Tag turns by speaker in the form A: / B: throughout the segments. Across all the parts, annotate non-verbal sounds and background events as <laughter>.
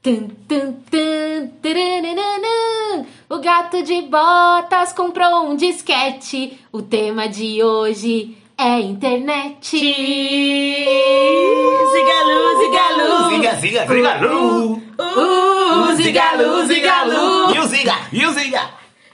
A: Tum, tum, tum, tarararã. O gato de botas comprou um disquete. O tema de hoje é internet.
B: Zigalu, zigalu.
C: Ziga, ziga, ziga, lu.
B: Uh, zigalu, zigalu.
C: E o ziga, e o ziga.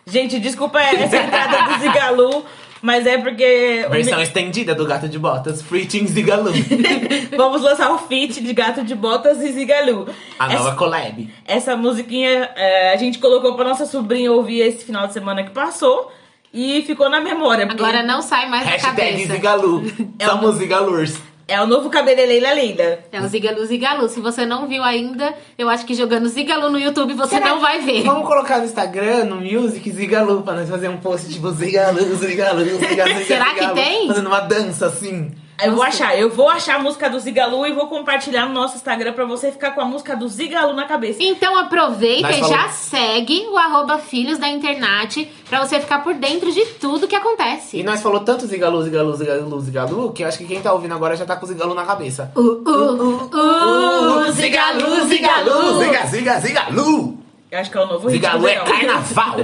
B: Gente, desculpa essa entrada do zigalu, mas é porque... o
C: Versão estendida do Gato de Botas, Preaching Zigalu.
B: mi- <laughs> Vamos lançar o feat de Gato de Botas e Zigalu.
C: A
B: Essa-
C: nova collab.
B: Essa musiquinha é, a gente colocou pra nossa sobrinha ouvir esse final de semana que passou e ficou na memória. porque
A: Agora não sai mais da
C: Hashtag
A: cabeça.
C: Zigalu. Somos Zigalurs.
B: É o novo cabelo Leila Leila.
A: É o Zigalu Zigalu. Se você não viu ainda, eu acho que jogando Zigalu no YouTube você não vai ver.
C: Vamos colocar no Instagram, no Music, Zigalu, pra nós fazer um post tipo Zigalu, Zigalu, Zigalu.
A: Será que
C: Zigalu,
A: tem?
C: Fazendo uma dança assim.
B: Eu vou achar, eu vou achar a música do Zigalu e vou compartilhar no nosso Instagram pra você ficar com a música do Zigalu na cabeça.
A: Então aproveita
C: Nós
A: e
C: falou-
A: já segue o arroba filhos da internet pra você ficar por dentro de tudo que
C: E
A: acontece.
C: nós falou tanto Zigalu, Zigalu, Zigalu, Zigalu, que eu acho que quem tá ouvindo agora já tá com o Zigalu na cabeça.
A: Uh, uh, uh, uh, Zigalu, Zigalu.
C: Ziga, Ziga, Zigalu.
B: Eu acho que é o novo
C: Zigalu
B: ritmo
C: é
B: do verão.
A: <laughs>
C: carnaval.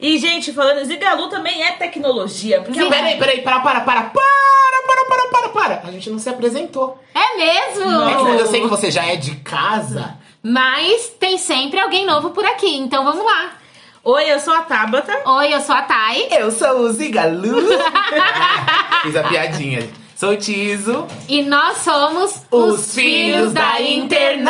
B: E, gente, falando, Zigalu também é tecnologia. Porque
C: Não, peraí, peraí, para, para, para, para, para, para, para, para. A gente não se apresentou.
A: É mesmo?
C: É que eu sei que você já é de casa.
A: Mas tem sempre alguém novo por aqui, então vamos lá.
B: Oi, eu sou a Tabata.
A: Oi, eu sou a Thay
C: Eu sou o Zigalu. Ah, Fiz a piadinha. Sou o Tizo.
A: e nós somos
C: Os filhos da internet.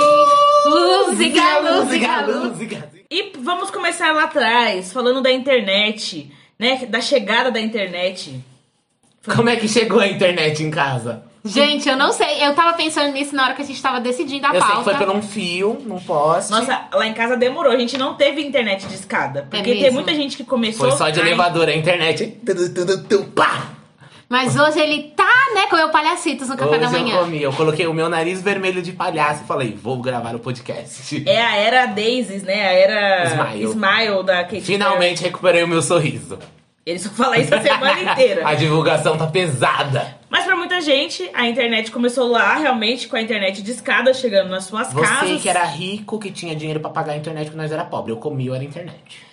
A: Os Zigalu,
C: Zigalu,
A: Zigalu.
C: Zigalu.
B: E vamos começar lá atrás, falando da internet, né? Da chegada da internet.
C: Como é que chegou a internet em casa?
A: Gente, eu não sei, eu tava pensando nisso na hora que a gente tava decidindo a
C: eu sei
A: pauta.
C: que foi por um fio, num poste.
B: Nossa, lá em casa demorou, a gente não teve internet de
C: É
B: escada. Porque tem
A: mesmo?
B: muita gente que começou.
C: foi só de
B: a-
C: elevador a internet. Tu, tu, tu, tu, pá!
A: Mas hoje ele tá, né, comeu palhacitos no café
C: Hoje
A: da
C: eu
A: manhã.
C: comi, eu coloquei o meu nariz vermelho de palhaço e falei, vou gravar o podcast.
B: É a era Daisies, né? A era
C: Smile.
B: Smile da Kate.
C: Finalmente recuperei o meu sorriso.
B: Eles só falam isso a
C: <laughs>
B: semana inteira.
C: a divulgação tá pesada.
B: Mas pra muita gente, a internet começou lá, realmente, com a internet de escada chegando nas suas
C: Você
B: casas.
C: que era rico, que tinha dinheiro pra pagar a internet, porque nós era pobre. Eu comi, eu era internet.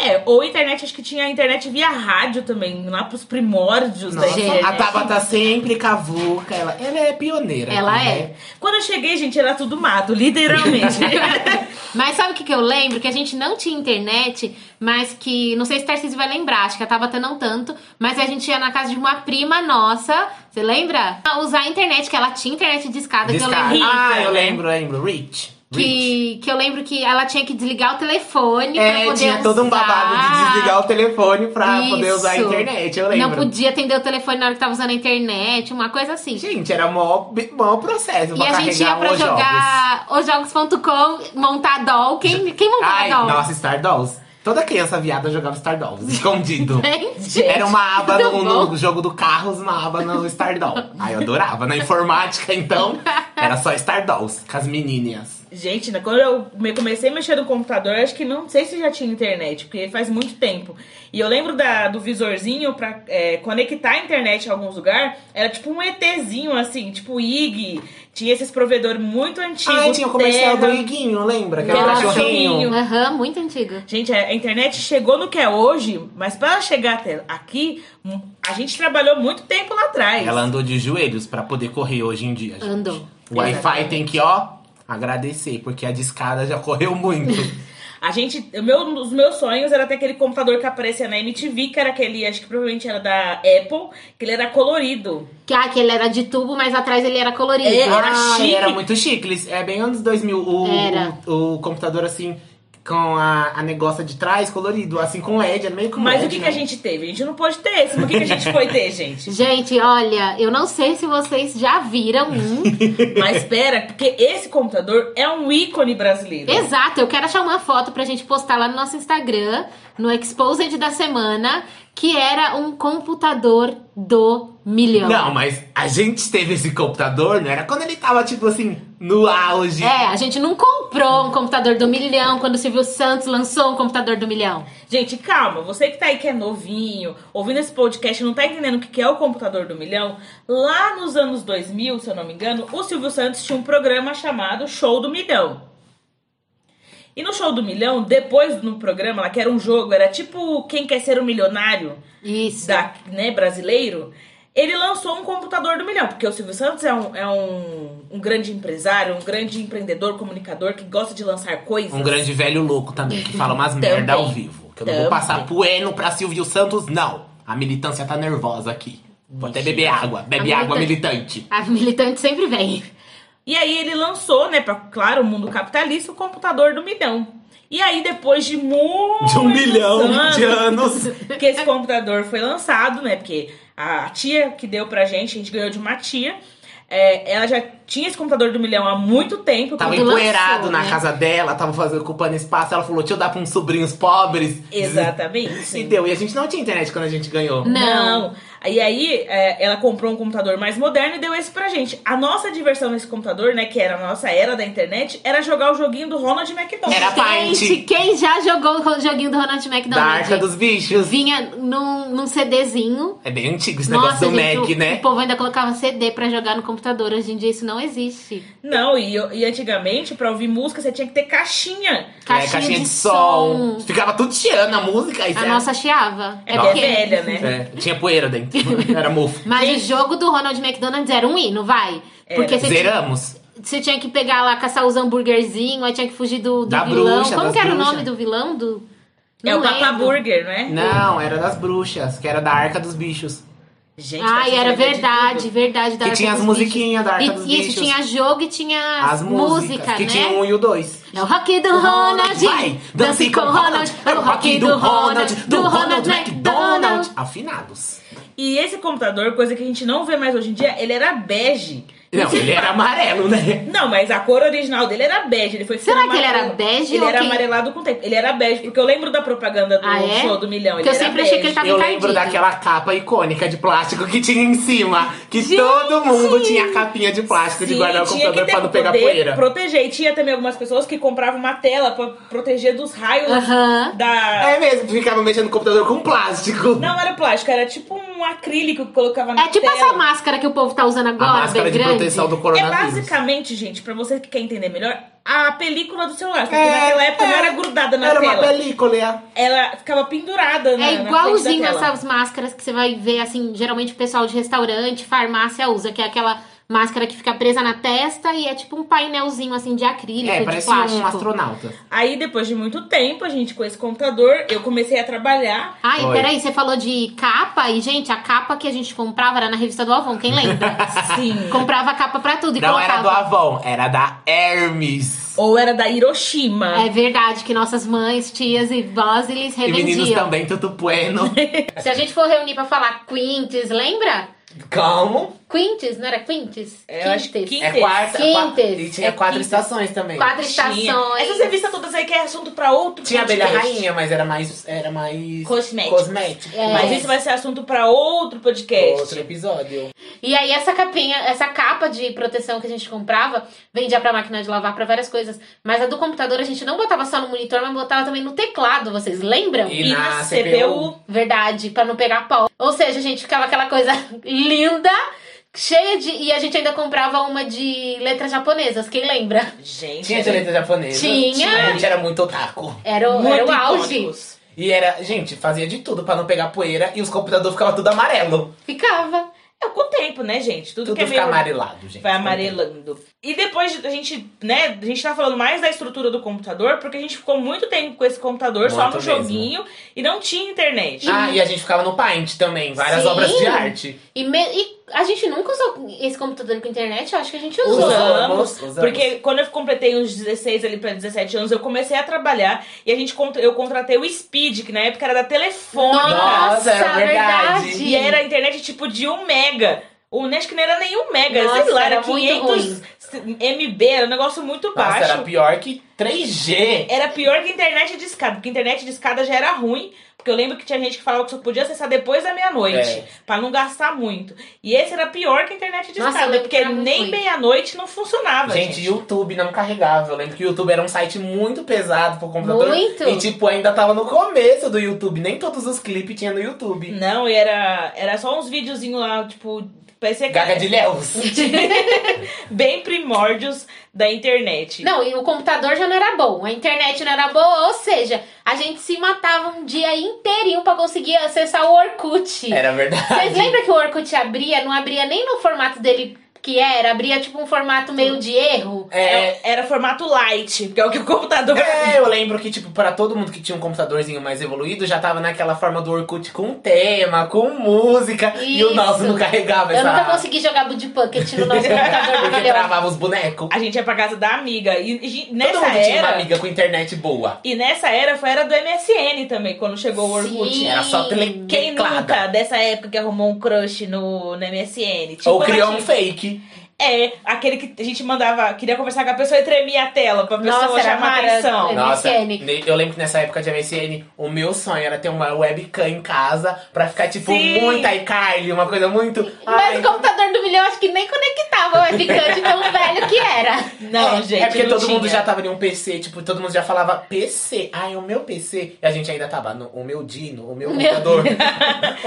B: É, ou internet, acho que tinha a internet via rádio também, lá pros primórdios da
C: Nossa,
B: internet.
C: a Tabata sempre cavuca. Ela, ela é pioneira.
A: Ela
C: né?
A: é.
B: Quando eu cheguei, gente, era tudo mato,
C: <laughs>
B: literalmente.
A: <laughs> Mas sabe o que, que eu lembro? Que a gente não tinha internet, mas que. Não sei se o Tarcísio vai lembrar, acho que a Tabata não tanto, mas a gente ia na casa de uma prima nossa, você lembra? A usar a internet, que ela tinha internet de escada, que eu
C: Discada.
A: lembro.
B: lembro.
C: Ah, eu
B: Rica, né?
C: lembro, lembro. Rich. Rich.
A: Que, que eu lembro que ela tinha que desligar o telefone pra
C: É,
A: poder
C: tinha todo um babado de
A: usar.
C: desligar o telefone pra poder usar a
A: Isso.
C: internet, eu lembro.
A: Não podia atender o telefone na hora que tava usando a internet, uma coisa assim.
C: Gente, era mó, mó processo
A: e
C: pra
A: a
C: carregar
A: gente ia pra
C: os jogos.
A: jogar osjogos.com, montar doll. Quem, quem montava
C: Ai,
A: doll?
C: nossa, Star Dolls. Toda criança viada jogava Star Dolls, <laughs>
A: <laughs>
C: escondido.
A: Gente,
C: Era uma aba
A: muito
C: no,
A: bom.
C: no jogo do Carros, uma aba no Star Doll. Ai, eu adorava. Na informática, então, era só Star Dolls, com as menininhas.
B: Gente, né, quando eu me- comecei a mexer no computador, acho que não sei se já tinha internet, porque faz muito tempo. E eu lembro da- do visorzinho pra é, conectar a internet em alguns lugar, era tipo um ETzinho, assim, tipo IG. Tinha esses provedores muito antigos.
C: Ai, Ah, tinha o comercial
B: Terra.
C: do Iguinho, lembra? Que era
B: Nossa,
C: o um cachorrinho.
B: Iguinho.
A: Aham, muito antiga.
B: Gente, é, a a internet chegou no que é hoje, mas pra ela chegar até aqui, hum, a gente trabalhou muito tempo lá atrás.
C: Ela andou de joelhos pra poder correr hoje em dia. gente.
A: Andou.
C: O Wi-Fi
B: Exatamente.
C: tem que, ó, agradecer, porque a discada já correu muito.
B: A gente, o meu, os meus sonhos era ter aquele computador que aparecia na MTV, que era aquele, acho que provavelmente era da Apple, que ele era colorido.
A: Que, ah, que ele era de tubo, mas atrás ele era colorido.
B: É, <laughs>
C: Ah,
B: era chique.
C: Era muito chique. É bem anos 2000. O,
A: Era.
C: o, o computador assim, com a, a negócio de trás colorido, assim com LED, era meio com
B: Mas
C: LED,
B: o que, que
C: né?
B: a gente teve? A gente não pôde ter esse. Mas o que, que a gente foi
A: <laughs>
B: ter, gente?
A: Gente, olha, eu não sei se vocês já viram um.
C: <laughs>
B: Mas espera, porque esse computador é um ícone brasileiro.
A: Exato, eu quero achar uma foto pra gente postar lá no nosso Instagram, no Exposed da semana, que era um computador do milhão.
C: Não, mas né? a gente teve esse computador, não era quando ele tava, tipo assim, no auge.
A: É, a gente não comprou um computador do milhão, quando o Silvio Santos lançou um computador do milhão.
B: Gente, calma, você que tá aí que é novinho, ouvindo esse podcast e não tá entendendo o que que é o computador do milhão, lá nos anos 2000, se eu não me engano, o Silvio Santos tinha um programa chamado Show do Milhão. E no Show do Milhão, depois no programa lá, que era um jogo, era tipo Quem Quer Ser um Milionário
A: Isso.
B: da, né, brasileiro, ele lançou um computador do milhão, porque o Silvio Santos é um, é um, um grande empresário, um grande empreendedor, comunicador que gosta de lançar coisas.
C: Um grande velho louco também, que fala umas
B: Também.
C: merda ao vivo. Que eu não vou
B: Também.
C: passar poeno pra Silvio Santos, não. A militância tá nervosa aqui. Vou até beber água. Bebe
A: A
C: água,
A: militância-
C: militante.
A: A militante sempre vem.
B: E aí ele lançou, né, pra, claro, o mundo capitalista, o computador do milhão. E aí, depois de muitos
C: De um milhão
B: anos,
C: de anos.
B: que esse computador foi lançado, né? Porque a tia que deu pra gente, a gente ganhou de uma tia. é, ela já tinha esse computador do milhão há muito tempo.
C: Tava
A: Quando
C: empoeirado
A: lançou,
C: na
A: né?
C: casa dela, tava fazendo, ocupando espaço. Ela falou, deixa eu dar pra uns sobrinhos pobres.
B: Exatamente.
C: E deu. E a gente não tinha internet quando a gente ganhou.
A: Não.
B: Não. E aí, é, ela comprou um computador mais moderno e deu esse pra gente. A nossa diversão nesse computador, né, que era a nossa era da internet, era jogar o joguinho do Ronald McDonald.
C: Era Pint.
A: Gente, quem já jogou o joguinho do Ronald
C: Da Arca
A: McDonald?
C: dos Bichos.
A: Vinha num, num CDzinho.
C: É bem antigo esse
A: Nossa,
C: negócio do
A: gente,
C: Mac,
A: o,
C: né?
A: o povo ainda colocava CD pra jogar no computador. Hoje em dia isso não existe.
B: Não, e, e antigamente, pra ouvir música, você tinha que ter caixinha.
A: Caixinha,
C: é, caixinha
A: de,
C: de,
A: som.
C: som. Ficava tudo cheando a música. Aí
A: A
C: cê-
A: nossa chiava.
B: É,
C: Nossa.
B: que é velha, né?
C: É, tinha poeira dentro. Era mofo.
A: Mas o jogo do Ronald McDonald's era um hino, vai. Porque você tinha,
C: Zeramos.
A: você tinha que pegar lá, caçar os hambúrguerzinhos, aí tinha que fugir do, do
C: Da
A: vilão.
C: bruxa,
A: Como
C: das
A: que era o
C: bruxas.
A: nome do vilão? Do...
B: É o
A: Não
B: Papa
A: lembro.
B: Burger, não é?
C: Não, era das bruxas, que era da Arca dos Bichos.
B: Gente, tá
A: Ai,
B: achando
A: era
B: que eu
A: verdade,
B: acredito.
A: verdade. Da
C: Que
A: Arca
C: tinha as
A: dos
C: musiquinhas da Arca
A: Bichos.
C: dos
A: E-
C: Bichos.
A: Isso, tinha jogo e tinha
C: As músicas,
A: música,
C: que
A: né?
C: tinha um e o dois.
A: É o rock do Ronald!
C: Vai, dance com o Ronald, é o rock do Ronald, do Ronald McDonald. Afinados.
B: E esse computador, coisa que a gente não vê mais hoje em dia, ele era bege.
C: Não, ele era amarelo, né?
B: Não, mas a cor original dele era bege. Ele foi
A: Será
B: ficando
A: que ele era
B: amarelo.
A: bege
B: Ele
A: ou
B: era
A: quem-
B: amarelado com o tempo. Ele era bege, porque eu lembro da propaganda do
A: Ah, é?
B: show do milhão.
A: Porque
B: ele
A: eu
B: era
A: sempre achei que ele
B: bege.
A: tava
C: Eu lembro
A: encardido.
C: daquela capa icônica de plástico que tinha em cima. Que
A: Gente!
C: todo mundo tinha a capinha de plástico de
B: Sim,
C: guardar o
B: tinha
C: computador
B: que ter
C: pra não pegar
B: poder
C: poeira.
B: Proteger. E tinha também algumas pessoas que compravam uma tela pra proteger dos raios
A: Aham.
B: da.
C: É mesmo, ficava mexendo no computador com plástico.
B: Não era plástico, era tipo um acrílico que colocava na
A: É tipo
B: tela.
A: essa máscara que o povo tá usando agora,
C: a máscara
A: bem
C: de
A: grande.
C: proteção do
B: É
C: coronavírus.
B: basicamente, gente, pra você que quer entender melhor, a película do celular. Porque
C: É,
B: naquela época não
C: é.
B: era grudada na
C: Era
B: tela.
C: uma película. é.
B: Ela ficava pendurada na
A: É
B: na
A: igualzinho
B: frente da tela.
A: essas máscaras que você vai ver, assim, geralmente o pessoal de restaurante, farmácia usa, que é aquela máscara que fica presa na testa e é tipo um painelzinho, assim, de acrílico,
C: É,
A: de
C: parece
A: plástico.
C: um astronauta.
B: Aí, depois de muito tempo, a gente com esse computador, eu comecei a trabalhar.
A: Ai,
C: Oi.
A: peraí, você falou de capa e, gente, a capa que a gente comprava era na revista do Avon, quem lembra?
C: <laughs>
A: <laughs>
B: Sim.
A: comprava a capa pra tudo e
C: Não
A: colocava.
C: era do Avon, era da Hermes.
B: Ou era da Hiroshima.
A: É verdade que nossas mães, tias e vós, eles
C: E meninos
A: revendiam.
C: também, tudo bueno.
A: Se a gente for reunir pra falar Quintes, lembra?
C: <laughs> Calmo.
A: Quintes, não era Quintes?
B: É, eu acho que
A: Quintes.
C: É quarta. qua-
A: Quintes.
C: E tinha
A: É
C: quatro
A: quintes.
C: estações também.
A: Quatro
B: Tinha.
A: estações.
B: Essas revistas todas aí que é assunto pra outro
C: Tinha abelha
B: podcast.
C: rainha, mas era mais. Era mais.
B: Cosmético.
C: cosmético.
A: É.
B: Mas isso vai ser assunto pra outro podcast.
C: Outro episódio.
A: E aí essa capinha, essa capa de proteção que a gente comprava, vendia pra máquina de lavar, pra várias coisas. Mas a do computador a gente não botava só no monitor, mas botava também no teclado, vocês lembram?
C: E-
B: E na
C: na
B: CPU,
A: Verdade, pra não pegar pau. Ou seja, a gente ficava aquela coisa <laughs> linda, cheia de... E a gente ainda comprava uma de letras japonesas, quem lembra?
B: gente.
C: Tinha
B: era
C: direita japonesa.
A: Tinha.
C: A gente era muito otaku.
A: Era o, era
B: muito
A: o auge.
B: icônicos.
C: E era, gente, fazia de tudo pra não pegar poeira e os computadores ficavam tudo amarelo.
A: Ficava.
B: É com o tempo, né, gente? Tudo,
C: Tudo,
B: que é
C: fica
B: meio...
C: amarelado, gente.
B: Vai amarelando. E depois a gente, né, a gente tá falando mais da estrutura do computador, porque a gente ficou muito tempo com esse computador, só no
C: Muito mesmo.
B: joguinho, e não tinha internet.
C: Ah, e a gente ficava no Paint também, várias
A: Sim.
C: obras de arte.
A: E, me- e a gente nunca usou esse computador com internet, eu acho que a gente usou.
B: Usamos,
C: Usamos, usamos.
B: porque quando eu completei uns 16 ali pra 17 anos, eu comecei a trabalhar e a gente con- eu contratei o Speed, que na época era da telefone.
C: Nossa, é verdade.
B: E era a internet tipo de 1 mega. O NET que não era nenhum mega,
A: Nossa,
B: sei lá, era,
A: era muito
B: 500 MB, era um negócio muito
C: Nossa,
B: baixo.
C: era pior que 3G.
B: Era pior que internet de escada, porque internet de escada já era ruim. Porque eu lembro que tinha gente que falava que só podia acessar depois da meia-noite,
C: É.
B: pra não gastar muito. E esse era pior que internet de
A: Nossa, eu
B: escada,
A: lembro que
B: porque
A: era muito
B: nem
A: ruim.
B: meia-noite não funcionava.
C: Gente, YouTube não carregava. Eu lembro que o YouTube era um site muito pesado pro computador.
A: Muito.
C: E, tipo, ainda tava no começo do YouTube. Nem todos os clipes tinha no YouTube.
B: Não, e era, era só uns videozinhos lá, tipo, parecia que
C: Gaga de Léus.
B: bem primórdios da internet.
A: <laughs> Não, e o computador já não era bom, a internet não era boa, ou seja, a gente se matava um dia inteirinho pra conseguir acessar o Orkut.
C: Era É verdade.
A: Vocês lembram que o Orkut abria, não abria nem no formato dele que era, abria tipo um formato meio de erro?
C: É,
B: Era formato light, que é o que o computador.
C: <laughs> É, eu lembro que, tipo, pra todo mundo que tinha um computadorzinho mais evoluído, já tava naquela forma do Orkut com tema, com música. E o
A: Isso.
C: nosso não carregava
A: Eu
C: essa.
A: nunca consegui jogar Buddy Pucket no nosso computador
C: <laughs> Porque
A: porque é um eu-
C: travava os bonecos.
B: A gente ia pra casa da amiga. E, e nessa
C: todo mundo
B: era.
C: tinha uma amiga com internet boa.
B: E nessa era foi a era do MSN também, quando chegou o Orkut.
A: Sim.
C: Era só tele
B: Quem
C: teclada.
B: nunca, dessa época que arrumou um crush no, no MSN? Tipo,
C: Ou criou um
B: imagina-
C: fake.
B: É, aquele que a gente mandava, queria conversar com a pessoa e tremia a tela pra pessoa
A: Nossa, era
B: chamar
A: mara-
B: atenção.
A: Não.
C: Nossa,
A: MSN.
C: ne- eu lembro que nessa época de MSN, o meu sonho era ter uma webcam em casa pra ficar, tipo,
B: Sim.
C: muito iCarly, uma coisa muito.
A: Mas
C: ai,
A: o computador do milhão acho que nem conectava o webcam de tão velho que era.
B: Não,
C: é,
B: gente.
C: É porque
B: não
C: todo
B: tinha.
C: mundo já tava em um PC, tipo, todo mundo já falava PC. Ai, é o meu PC. E a gente ainda tava no o meu Dino, o meu
A: Meu
C: computador.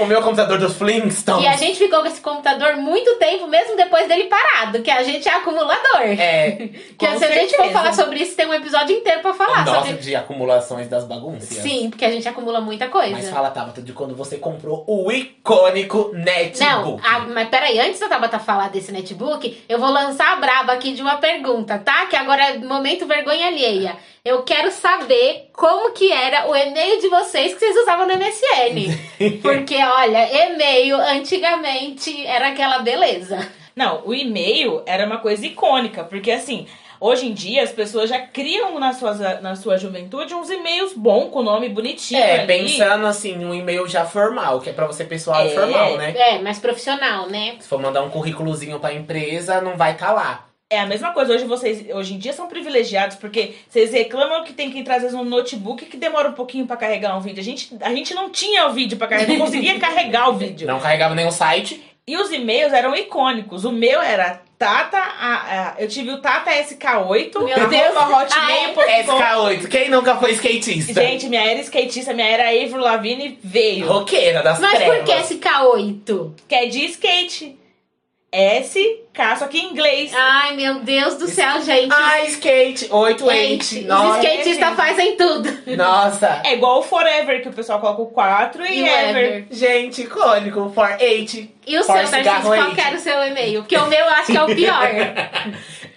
C: <laughs> o meu computador dos Flintstones.
A: E a gente ficou com esse computador muito tempo, mesmo depois dele parado, que a gente é acumulador.
C: É.
A: <laughs> que
C: com
A: se a gente for
C: certeza.
A: falar sobre isso, tem um episódio inteiro pra falar
C: Nossa,
A: sobre.
C: de acumulações das bagunças.
A: Sim, é. porque a gente acumula muita coisa.
C: Mas fala, Tabata, de quando você comprou o icônico
A: Não,
C: netbook.
A: a- mas peraí, antes da Tabata falar desse netbook, eu vou lançar a braba aqui de uma pergunta, tá? Que agora é momento vergonha alheia. Eu quero saber como que era o e-mail de vocês que vocês usavam no
C: <laughs>
A: MSN. Porque, olha, e-mail antigamente era aquela beleza.
B: Não, o e-mail era uma coisa icônica, porque assim, hoje em dia as pessoas já criam nas suas, na sua juventude uns e-mails bons, com nome bonitinho.
C: É,
B: ali.
C: pensando assim, um e-mail já formal, que é pra você pessoal
B: É.
C: formal, né?
A: É, mais profissional, né?
C: Se for mandar um currículozinho pra empresa, não vai tá lá.
B: É a mesma coisa, hoje vocês, hoje em dia são privilegiados, porque vocês reclamam que tem que entrar às vezes no notebook que demora um pouquinho pra carregar um vídeo. A gente, a gente não tinha o vídeo pra carregar, não conseguia carregar o vídeo.
C: Não carregava nenhum site.
B: E os e-mails eram icônicos. O meu era Tata, a- a- eu tive o Tata SK8,
A: Meu
B: arroba
A: Deus.
B: hotmail.com.
C: SK8, quem nunca foi skatista?
B: Gente, minha era skatista, minha era Avril Lavigne veio.
C: roqueira das
A: Mas
C: trevas.
A: por que SK8?
B: Que é de skate. SK, só que em inglês.
A: Ai, meu Deus do céu, gente.
C: Ah, skate, 88.
A: Gente, os
C: Nossa,
A: skatistas fazem tudo.
C: Nossa.
B: É igual o Forever, que o pessoal coloca o 4 e,
A: E o
B: Ever.
A: ever.
C: Gente, icônico, 48.
A: E o seu,
C: Force
A: Tarcísio,
C: Garro
A: qual
C: Eight.
A: que era o seu e-mail? Porque o meu eu acho que é o
C: <laughs>
A: pior.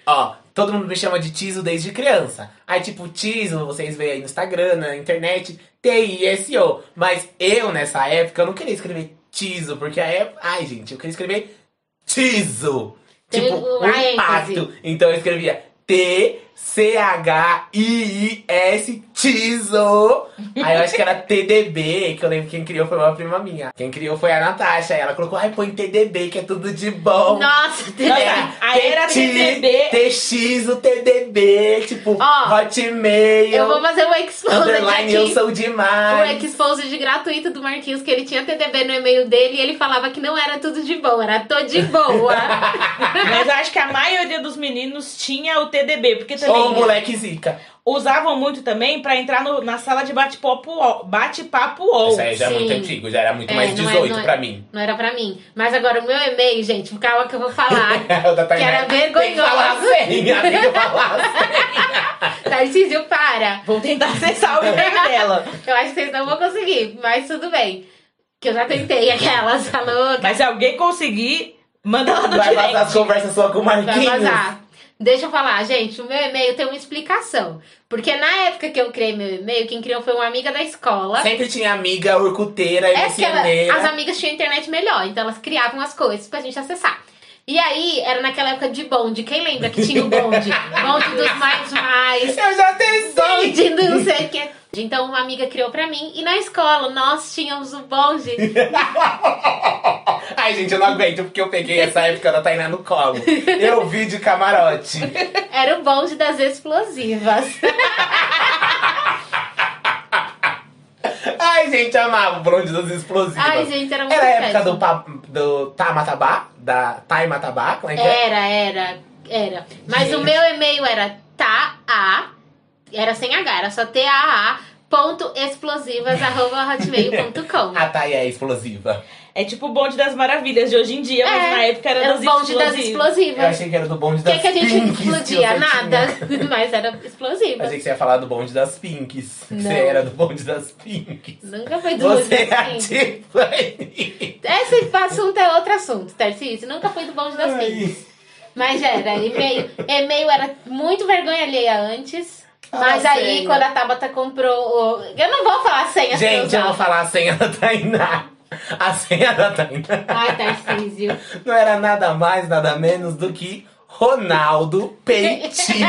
C: Ó, todo mundo me chama de Tiso desde criança. Aí, tipo, Tiso, vocês veem aí no Instagram, na internet, T-I-S-O. Mas eu, nessa época, eu não queria escrever Tiso, porque a época... Ai, gente, eu queria escrever Tiso.
A: Teve
C: Tipo,
A: o-
C: um
A: a ênfase.
C: impacto. Então eu escrevia T-C-H-I-I-S, Tiso. Aí eu acho que era TDB, que eu lembro que quem criou foi uma prima minha. Quem criou foi a Natasha. Aí ela colocou, ai, põe TDB, que é tudo de bom.
A: Nossa, Deus.
B: Nossa, a era
C: TT,
B: TDB.
C: TX, o TDB, tipo,
A: Ó,
C: Hotmail.
A: eu vou fazer um expose
C: Underline, eu
A: aqui.
C: sou demais.
A: Um expose de gratuito do Marquinhos, que ele tinha TDB no e-mail dele e ele falava que não era tudo de bom, era tô de boa.
B: Mas eu acho que a maioria dos meninos tinha o TDB, porque também
C: Ou moleque zica.
B: usavam muito também pra entrar no- na sala de bate-papo UOL. Bate-papo UOL.
C: Isso aí já é muito
A: Sim.
C: antigo, já era muito
A: É,
C: mais
A: não é-
C: 18
A: não é-
C: pra mim. <laughs>
A: Não era pra mim. Mas agora o meu e-mail, gente, calma que eu vou falar.
C: <laughs> O da Tainá.
A: Que era
C: Tem que falar a
A: vergonhoso. <laughs>
C: senha, tem que falar a senha.
A: Tarcísio, para.
B: Vou tentar acessar o
C: <laughs>
B: e-mail dela.
A: Eu acho que vocês não vão conseguir, mas tudo bem. Que eu já tentei aquelas, tá louca?
B: Mas se alguém conseguir, manda lá no
C: Vai
B: direct.
C: vazar as conversas sua com o
A: Vai
C: Marquinhos.
A: vazar. Deixa eu falar, gente, o meu e-mail tem uma explicação. Porque na época que eu criei meu e-mail, quem criou foi uma amiga da escola.
C: Sempre tinha amiga, urcuteira,
A: É que ela- as
C: MSNeira.
A: amigas tinham internet melhor, então elas criavam as coisas pra gente acessar. E aí, era naquela época de bonde. Quem lembra que tinha o bonde? bonde dos mais mais.
C: Eu já tentei.
A: Bonde do não sei o que. Então, uma amiga criou pra mim. E na escola, nós tínhamos o bonde.
C: <laughs> Ai, gente, eu não aguento porque eu peguei essa época da Tainá no
A: <laughs>
C: colo. Eu vi de camarote.
A: Era o bonde das explosivas.
C: Ai, gente, amava o bonde dos explosivos.
A: Ai, gente, era muito
C: Era a época
A: péssimo.
C: do, pa- do Tamatabá, da Taimatabá, como é que é?
A: Era, era, era. Mas o
C: Gente.
A: meu e-mail era taa, era sem H, era só taa, ponto explosivas, arroba hotmail.com.
C: <laughs> A Thay é explosiva.
B: É tipo o bonde das maravilhas de hoje em dia, mas
A: É,
B: na época era,
A: Era o
B: das
A: bonde das
B: explosivas.
C: Eu
A: explosivas.
C: achei que era do bonde
A: O que,
C: É, das tipo
A: que a gente
C: pinks que <laughs>
A: explodia?
C: você tinha.
A: Nada, <laughs> mas era
C: Eu Achei
A: explosiva.
C: que você ia falar do bonde das pinks. que
A: Não.
C: Você era do bonde das pinks.
A: Nunca foi do
C: Você
A: bonde
C: é
A: das
C: a
A: pinks.
C: Tiffany.
A: Esse assunto é outro assunto, Tarcísio. Nunca foi do bonde das
C: Ai.
A: pinks. Mas era, e-mail. E-mail era muito vergonha alheia antes.
C: Ah,
A: Mas
C: a
A: aí,
C: senha.
A: quando a Tabata comprou o... Eu não vou falar a senha que eu
C: Gente, eu vou
A: usava.
C: falar a senha da Tainá. A senha da Tainá
A: Ai, Tarcísio.
C: não era nada mais, nada menos do que Ronaldo Peitinho.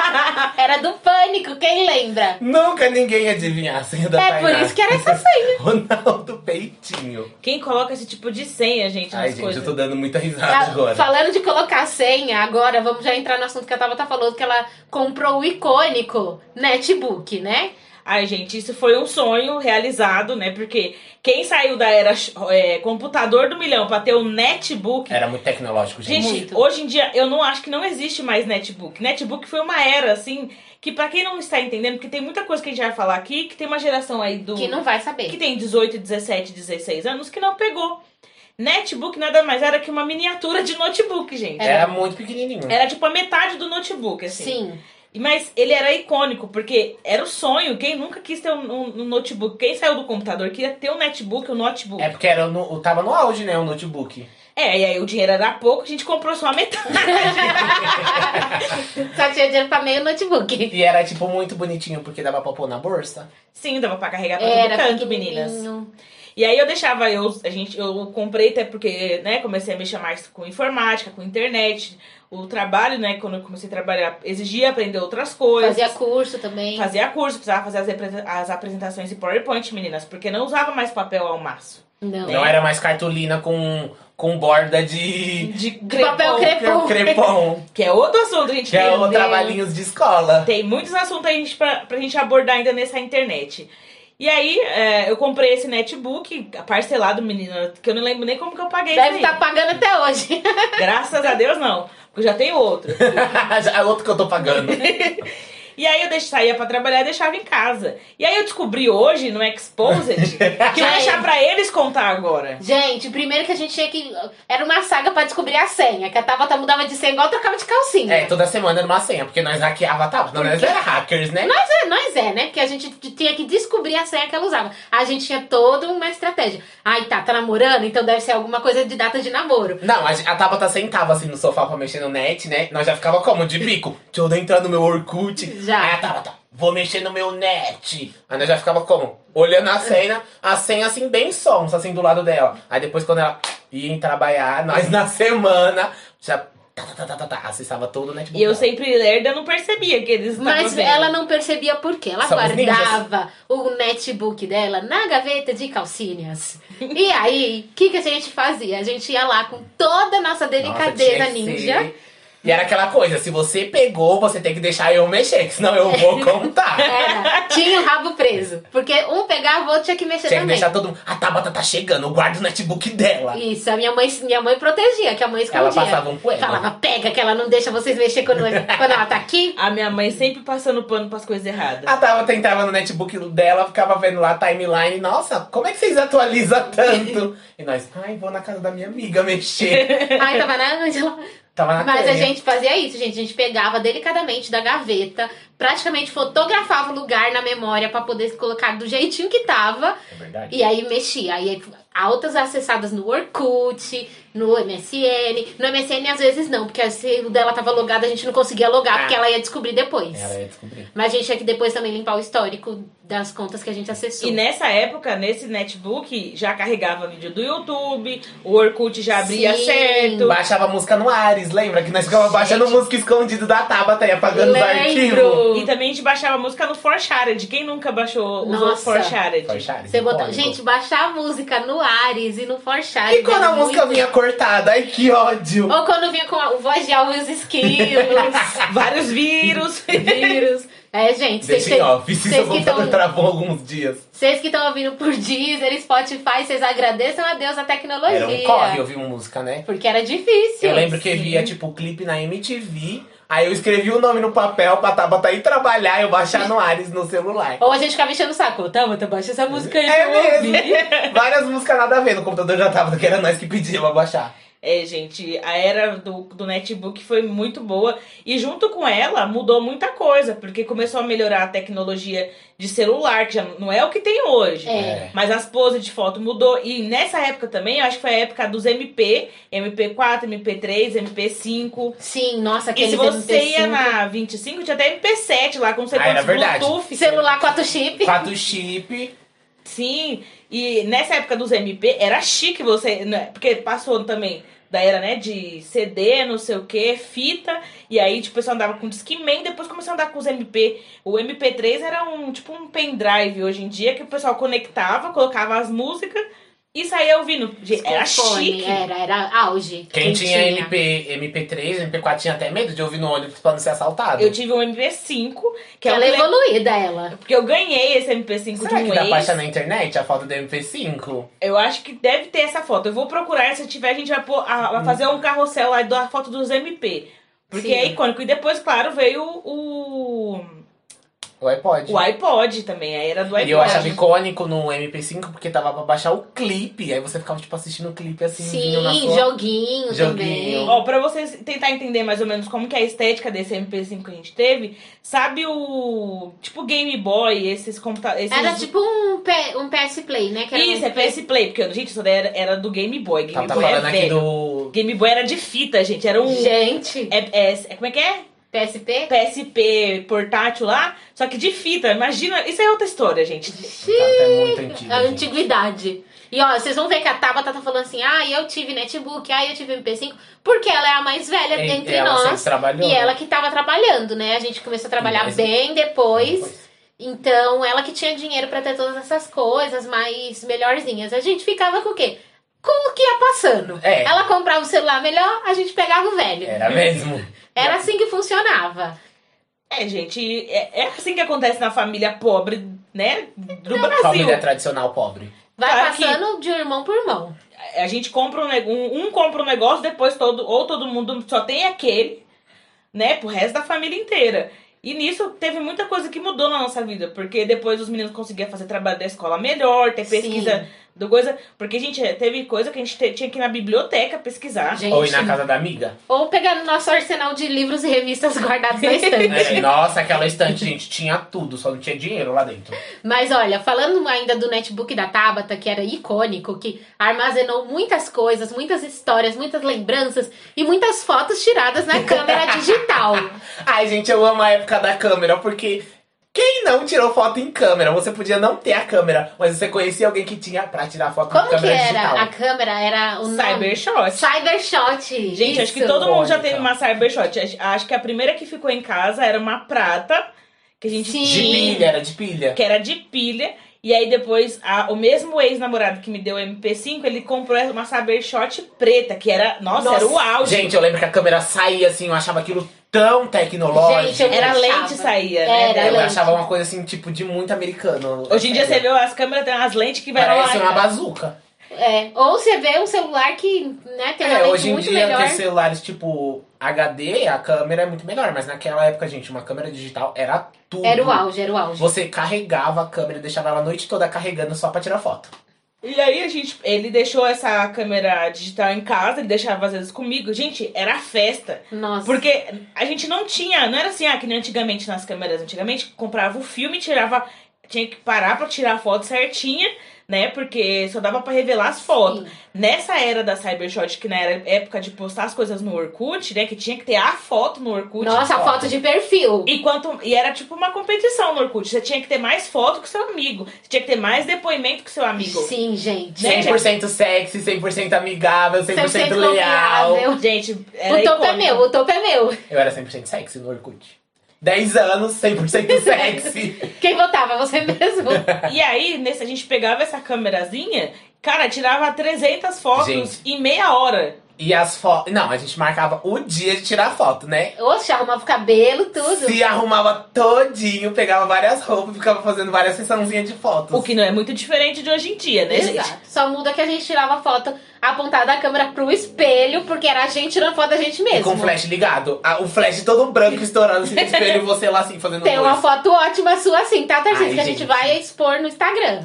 A: <laughs> Era do pânico, quem lembra?
C: Nunca ninguém ia adivinhar a senha da
A: É
C: Tainá.
A: por isso que era
C: <laughs>
A: essa senha.
C: Ronaldo Peitinho.
B: Quem coloca esse tipo de senha, gente, nas
C: Ai, gente,
B: coisas?
C: eu tô dando muita
B: Tá,
C: risada
A: Ah,
C: agora.
A: Falando de colocar a senha, agora vamos já entrar no assunto que a Tabata falou, que ela comprou o icônico netbook, né?
B: Ai, gente, isso foi um sonho realizado, né? Porque quem saiu da era é, computador do milhão pra ter o netbook.
C: Era muito tecnológico, gente.
B: Gente,
A: Muito.
B: hoje em dia eu não acho que não existe mais netbook. Netbook foi uma era, assim, que pra quem não está entendendo, porque tem muita coisa que a gente vai falar aqui, que tem uma geração aí do.
A: Que não vai
B: que
A: saber.
B: tem 18, 17, 16 anos que não pegou. Netbook nada mais era que uma miniatura de notebook, gente.
C: Era muito pequenininho.
B: Era tipo a metade do notebook, assim.
A: É. Sim. <laughs>
B: E- Mas ele era icônico, porque era o sonho. Quem nunca quis ter um, um- um notebook? Quem saiu do computador queria ter um netbook, um notebook.
C: É
B: É,
C: porque era no, tava no auge, né? O notebook.
B: e aí o dinheiro era pouco, a gente comprou só a metade. <laughs>
A: Só tinha dinheiro pra meio notebook.
C: E era, tipo, muito bonitinho, porque dava pra pôr na bolsa.
B: Sim, dava pra carregar pra todo
A: Era
B: canto,
A: pequenininho.
B: meninas. E aí eu deixava, eu, a gente, eu comprei até porque, né, comecei a mexer mais com informática, com internet. O trabalho, né, quando eu comecei a trabalhar, exigia aprender outras coisas.
A: Fazia curso também.
B: Fazia curso, precisava fazer as, repre- as apresentações em PowerPoint, meninas, porque não usava mais papel ao maço.
A: Não.
C: Não
B: é
C: era mais cartolina com, com borda de...
B: De,
A: papel
B: crepom,
A: crepe. Crepom. <laughs>
C: Crepom.
B: Que é outro assunto, gente.
C: Que é
A: Meu
C: o
A: Deus.
C: trabalhinhos de escola. <laughs>
B: Tem muitos assuntos a gente pra, pra gente abordar ainda nessa internet. E aí, é, eu comprei esse netbook parcelado, menina, que eu não lembro nem como que eu paguei
A: Deve tá-
B: isso aí.
A: estar pagando até hoje. <laughs>
B: Graças a Deus, não. Porque eu já tenho outro.
C: Já é outro que eu
A: <laughs>
C: tô pagando.
B: E aí eu deix- saía pra trabalhar e deixava em casa. E aí eu descobri hoje, no Exposed, que eu vou deixar pra eles contar agora.
A: Gente, primeiro que a gente tinha que. Era uma saga pra descobrir a senha. Que a Tabata mudava de senha igual trocava de calcinha.
C: É, toda semana era uma senha, porque nós hackeava, tava. Não, nós era hackers, né?
A: Nós é, nós é, né? Porque a gente t- tinha que descobrir a senha que ela usava. A gente tinha toda uma estratégia. Ai, tá, tá namorando, então deve ser alguma coisa de data de namoro.
C: Não, a, a Tabata sentava assim no sofá pra mexer no net, né? Nós já ficava como? De bico. Deixa eu entrar no meu Orkut.
A: Já.
C: Aí a Tabata, vou mexer no meu net. Aí nós já ficava como? Olhando a cena, a senha assim, bem sonsa, assim, do lado dela. Aí depois quando ela ia em trabalhar, nós <laughs> na semana, já tá, tá, tá, tá, tá, tá, acessava todo o netbook.
B: E eu
C: dela.
B: sempre lerda, não percebia que eles estavam
A: Mas
B: vendo.
A: ela não percebia por quê. Ela
C: Somos
A: guardava o netbook dela na gaveta de calcinhas. E aí, o que, que a gente fazia? A gente ia lá com toda a nossa
C: Nossa,
A: delicadeza
C: tinha que
A: é ninja.
C: ser. E era aquela coisa, se você pegou, você tem que deixar eu mexer, que senão eu vou contar.
A: Era, tinha o rabo preso. Porque um pegava, o outro tinha que mexer
C: Tinha que
A: também.
C: deixar todo mundo. A Tabata tá chegando, eu guardo o netbook dela.
A: Isso, a minha mãe, minha mãe protegia, que a mãe escondia.
C: Ela passava um poema.
A: Falava, pega que ela não deixa vocês mexer quando, quando ela tá aqui.
B: A minha mãe sempre passando pano pras coisas erradas.
C: A Tava tentava no netbook dela, ficava vendo lá a timeline. Nossa, como é que vocês <laughs> atualizam tanto? E nós, ai, vou na casa da minha amiga mexer. <laughs>
A: Aí tava na Ângela.
C: Tava na
A: Mas a
C: Tânia.
A: gente fazia isso, gente. A gente pegava delicadamente da gaveta, praticamente fotografava o lugar na memória pra poder colocar do jeitinho que tava.
C: É verdade.
A: E aí mexia. Aí altas acessadas no Orkut, no MSN. No MSN às vezes não, porque se o dela tava logado, a gente não conseguia logar,
C: Ah.
A: porque ela ia descobrir depois.
C: Ela ia descobrir.
A: Mas a gente tinha que depois também limpar o histórico das contas que a gente acessou.
B: E
C: né-
B: nessa época, nesse netbook, já carregava vídeo do YouTube, o Orkut já abria
A: Sim.
B: certo.
C: Baixava música no Ares, lembra? Que nós ficávamos baixando música escondido da Tabata e apagando os arquivos.
A: Lembro.
B: E também a gente baixava música no Forshared. Quem nunca baixou, usou
A: Nossa.
B: Forshared?
C: Foi Chaves,
A: Você bota...
C: icônico.
A: Gente, baixar a música no no Ares e no Forchat.
C: E quando a música vinha cortada? Ai, que ódio!
A: Ou quando vinha com a o voz de alvo e os esquilos,
C: <laughs>
B: Vários vírus.
A: vírus. É, gente, vocês
C: Deixa em off, se seu
A: vocês que
C: computador
A: estão
C: travou alguns dias.
A: vocês que estão ouvindo por Deezer, Spotify, vocês agradeçam a Deus a tecnologia.
C: Era um corre ouvir música, né?
A: Porque era difícil.
C: Eu lembro que
B: sim.
C: via, tipo, o clipe na MTV. Aí eu escrevi o nome no papel pra Tabata ir trabalhar e eu baixar no Ares
B: <laughs>
C: no celular.
A: Ou a gente ficava enchendo o saco. Tá, Mata, baixa essa música aí pra
C: É
A: eu ouvir.
C: mesmo. Várias músicas nada a ver. No computador já tava, que era nós que pedíamos baixar.
B: É, gente, a era do, do netbook foi muito boa e junto com ela mudou muita coisa, porque começou a melhorar a tecnologia de celular, que já não é o que tem hoje.
A: É.
B: Mas as poses de foto mudou e nessa época também, eu acho que foi a época dos MP, MP4, MP3, MP5.
A: Sim, nossa,
B: E
A: aquele
B: se você ia na 25, tinha até MP7 lá, com você
C: Ah, era
B: pôs
C: verdade.
B: Bluetooth.
A: Celular 4 chip.
C: Quatro chip.
B: Sim, e nessa época dos MP era chique você. né, Porque passou também da era, né, de CD, não sei o que, fita, e aí tipo, o pessoal andava com Discman, depois começou a andar com os MP. O MP3 era um tipo um pendrive hoje em dia que o pessoal conectava, colocava as músicas e saía ouvindo. Gente, Era
A: Fone,
B: chique.
A: Era, era auge.
C: Quem tinha MP, MP3, MP4 tinha até medo de ouvir no ônibus pra não ser assaltado.
B: Eu tive um MP5, que é o
A: Ela é
B: que le-
A: evoluída, ela.
B: porque eu ganhei esse MP5
C: Será
B: de um
C: que dá pra
B: ex.
C: achar na internet a foto do MP5?
B: Eu acho que deve ter essa foto. Eu vou procurar, se tiver, a gente vai, pôr- a-
C: Hum.
B: vai fazer um carrossel lá da foto dos MP. Porque
A: Sim.
B: é icônico. E depois, claro, veio o,
C: O iPod.
B: o iPod também, a era do iPod.
C: E eu achava icônico no MP5 porque tava pra baixar o clipe. Aí você ficava, tipo, assistindo o clipe assim, vindo na
A: Sim,
C: sua...
A: joguinho,
C: Joguinho.
A: também.
B: Ó, pra vocês tentar entender mais ou menos como que é a estética desse MP5 que a gente teve, sabe o. Tipo Game Boy, esses computadores.
A: Era tipo um, P- um PS Play, né? Que era
B: Isso,
A: um-
B: é PS Play, porque, gente, isso daí era, era do Game Boy. Game
C: Tá, tá
B: Boy é
C: falando aqui
B: velho.
C: do...
B: Game Boy era de fita, gente. Era um.
A: Gente,
B: É, é, como é que é?
A: PSP?
B: PSP portátil lá, só que de fita. Imagina, isso é outra história, gente.
C: Tá, tá muito antigo,
A: A
C: gente.
A: antiguidade. E ó, vocês vão ver que a Tabata tá falando assim, ah, eu tive netbook, ah, eu tive MP5, porque ela é a mais velha
C: E-
A: entre
C: ela sempre
A: nós.
C: trabalhou. né?
A: E ela que tava trabalhando, né? A gente começou a trabalhar
C: Mas-
A: bem depois. Então, ela que tinha dinheiro pra ter todas essas coisas mais melhorzinhas. A gente ficava com o quê? Com o que ia passando.
C: É.
A: Ela comprava o celular melhor, a gente pegava o velho.
C: Era mesmo.
A: Era assim que funcionava.
B: É, gente, é, é assim que acontece na família pobre, né? Do Brasil.
C: Família tá- tradicional pobre.
A: Vai
B: Claro que-
A: passando de irmão por irmão.
B: A gente compra um, neg- um, um compra um negócio, depois todo, ou todo mundo só tem aquele, né? Pro resto da família inteira. E nisso teve muita coisa que mudou na nossa vida, porque depois os meninos conseguiam fazer trabalho da escola melhor, ter pesquisa do coisa. Porque, gente, teve coisa que a gente te- tinha que ir na biblioteca pesquisar.
A: Gente,
C: Ah, Ou ir na casa da amiga.
A: Ou pegando nosso arsenal de livros e revistas <laughs> guardados
B: <laughs>
A: na estante.
C: <laughs> É, nossa, aquela estante, gente, tinha tudo, só não tinha dinheiro lá dentro.
A: Mas olha, falando ainda do netbook da Tabata, que era icônico, que armazenou muitas coisas, muitas histórias, muitas lembranças e muitas fotos tiradas
C: <laughs>
A: na câmera digital.
C: Ai, gente, eu amo a época da câmera, porque quem não tirou foto em câmera? Você podia não ter a câmera, mas você conhecia alguém que tinha pra tirar foto com
A: Como que
C: câmera
A: era?
C: digital.
A: A câmera era o nome?
B: Cybershot.
A: Cybershot.
B: Gente, acho que
A: isso.
B: todo mundo já
C: Icônica.
B: teve uma Cybershot. Acho- Acho que a primeira que ficou em casa era uma prata, que a gente
A: Sim.
C: De pilha, era de pilha.
B: que era de pilha. E aí depois a- o mesmo ex-namorado que me deu o MP5, ele comprou uma Cybershot preta, que era, nossa, era o auge.
C: Gente, eu lembro que a câmera saía assim, eu achava aquilo tão tecnológico.
A: Gente, eu
B: era
A: achava.
B: lente saía, né?
A: Era
C: É, Eu
A: lente.
C: achava uma coisa assim, tipo, de muito americano.
B: Hoje em dia você
C: Sério.
B: vê as câmeras, tem umas lentes que vai
C: Parece
B: lá.
C: uma bazuca.
A: É, ou você vê um celular que né, tem uma
C: É,
A: lente
C: hoje em
A: muito
C: dia
A: melhor.
C: tem celulares tipo HD, a câmera é muito melhor. Mas naquela época, gente, uma câmera digital era tudo.
A: Era o auge, era o auge.
C: Você carregava a câmera, deixava ela a noite toda carregando só pra tirar foto.
B: E aí a gente, ele deixou essa câmera digital em casa, ele deixava às vezes comigo. Gente, era festa.
A: Nossa.
B: Porque a gente não tinha, não era assim, ah, que nem antigamente nas câmeras. Antigamente comprava o filme, tirava, tinha que parar pra tirar a foto certinha, né? Porque só dava pra revelar as fotos.
A: Sim.
B: Nessa era da Cybershot, que na era época de postar as coisas no Orkut, né? Que tinha que ter a foto no Orkut.
A: Nossa, a foto de perfil.
B: E, quanto, e era tipo uma competição no Orkut. Você tinha que ter mais foto que seu amigo. Você tinha que ter mais depoimento que seu amigo. Né?
A: Sim, gente.
B: Gente,
C: 100% sexy, 100% amigável, 100%,
A: 100%
C: leal.
A: confiável.
B: Gente, era
A: O topo é
B: icônico.
A: meu, o topo é meu.
C: Eu era 100% sexy no Orkut. 10 anos, 100%
A: <laughs>
C: sexy.
A: Quem votava? Você
B: <laughs>
A: mesmo.
B: E aí, nesse, a gente pegava essa câmerazinha, cara, tirava 300 fotos
C: Gente.
B: em meia hora.
C: E as fotos. Não, a gente marcava o dia de tirar foto, né?
A: Oxe, arrumava o cabelo, tudo.
C: Se arrumava todinho, pegava várias roupas, ficava fazendo várias sessãozinhas de fotos.
B: O que não é muito diferente de hoje em dia, né, gente?
A: Exato. Só muda que a gente tirava foto apontada a câmera pro espelho, porque era a gente tirando foto da gente
C: E
A: mesmo.
C: com o flash ligado. Ah, O flash todo branco estourando assim
A: <laughs>
C: no espelho e você lá assim fazendo
A: Tem
C: dois.
A: uma foto ótima sua assim, tá, Tarcísio?
C: Ai,
A: Que a gente
C: gente.
A: vai expor no Instagram.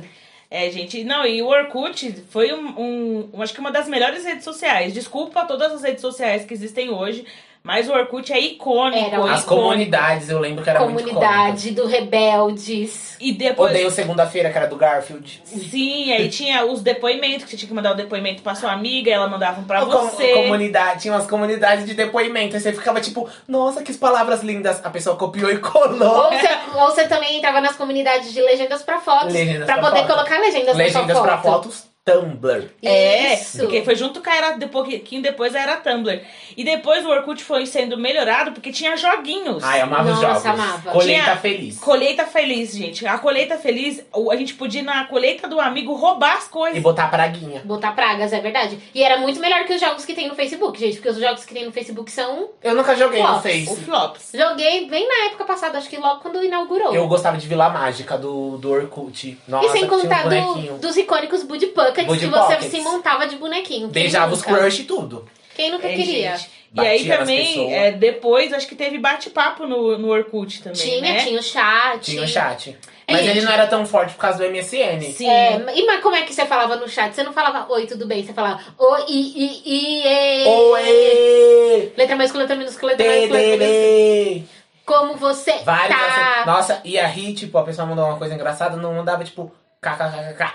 B: É, gente. Não, e o Orkut foi um, um- um- Acho que uma das melhores redes sociais. Desculpa todas as redes sociais que existem hoje, mas o Orkut é icônico.
A: Era uma-
C: As
B: icônico.
C: comunidades, eu lembro que era muito cômico.
A: Comunidade do Rebeldes.
B: E depois.
C: Odeio segunda-feira, que era do Garfield.
B: Sim, aí tinha os depoimentos, que você tinha que mandar o depoimento pra sua amiga, ela mandava um pra
C: A com-
B: você.
C: comunidade, tinha umas comunidades de depoimento. Aí você ficava tipo, nossa, que palavras lindas. A pessoa copiou e colou.
A: Ou você, ou você também entrava nas comunidades de legendas pra fotos,
C: Legendas
A: pra
C: pra
A: poder
C: foto.
A: colocar legendas,
C: Legendas
A: pra
C: pra
A: sua foto.
C: fotos, Tumblr.
B: É,
A: Isso.
B: porque foi junto com a era, de pouquinho depois a era Tumblr. E depois o Orkut foi sendo melhorado porque tinha joguinhos.
C: Ai, amava os
A: Nossa,
C: jogos.
A: amava.
C: Colheita
B: Tinha-
C: feliz.
B: Colheita feliz, gente. A colheita feliz, o- a gente podia ir na colheita do amigo roubar as
C: E
B: coisas.
C: botar praguinha.
A: Botar pragas, é verdade. E era muito melhor que os jogos que tem no Facebook, gente, porque os jogos que tem no Facebook são.
C: Eu nunca joguei
A: Nossa,
C: no
B: O
C: Face.
B: flops.
A: Joguei bem na época passada, acho que logo quando inaugurou.
C: Eu gostava de Vila Mágica, do, do Orkut. Nossa,
A: e sem contar
C: tinha um
A: do-
C: bonequinho.
A: dos icônicos Buddy Pockets
C: Booty
A: que você
C: Pockets.
A: se montava de bonequinho. Quem
C: Beijava os
A: nunca?
C: crush e tudo.
A: Quem nunca
B: É,
A: queria?
B: gente. E
C: Batia
B: aí
C: nas
B: também,
C: pessoas.
B: é, depois, acho que teve bate-papo no, no Orkut também,
A: Tinha,
B: né?
A: tinha o chat.
C: Tinha o chat. Mas ele
A: gente.
C: não era tão forte por causa do MSN.
B: Sim.
A: É, e mas como é que você falava no chat? Você não falava oi, tudo bem, você falava oi, i, i, i, e.
C: Oê!
A: Letra maiúscula, letra minúscula, letra maiúscula, letra minúscula.
C: TDB!
A: Como você
C: Várias. assim,
A: tá?
C: Nossa, ia rir, tipo, a pessoa mandou uma coisa engraçada, não mandava, tipo, kkkk.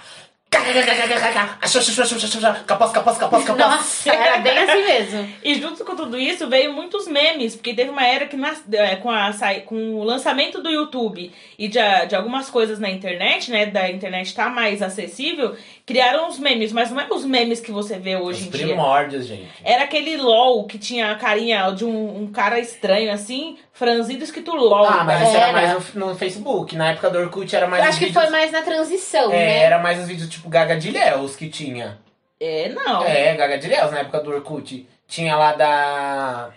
C: Kkkkkk. Achou, achou, achou, achou, achou. Capaz, capaz, capaz, capaz.
A: Nossa, era bem assim
C: <laughs>
A: mesmo.
B: E junto com tudo isso veio muitos memes, porque teve uma era que nas- é, com, a sai- com o lançamento do YouTube e de, a- de algumas coisas na internet, né? Da internet tá mais acessível, criaram os memes, mas não é os memes que você vê hoje
C: Os
B: em dia.
C: primórdios, gente.
A: É,
B: Era aquele LOL que tinha a carinha de um, um cara estranho assim, franzido escrito LOL.
C: Ah, mas isso
A: Era.
C: era mais no, no Facebook. Na época do Orkut era mais.
A: Eu
C: os
A: acho que
C: vídeos-
A: foi mais na transição,
C: É,
A: né?
C: era mais os vídeos tipo Gaga de Léus que tinha.
B: É, não.
C: É, Gaga de Léus, na época do Orkut. Tinha lá da.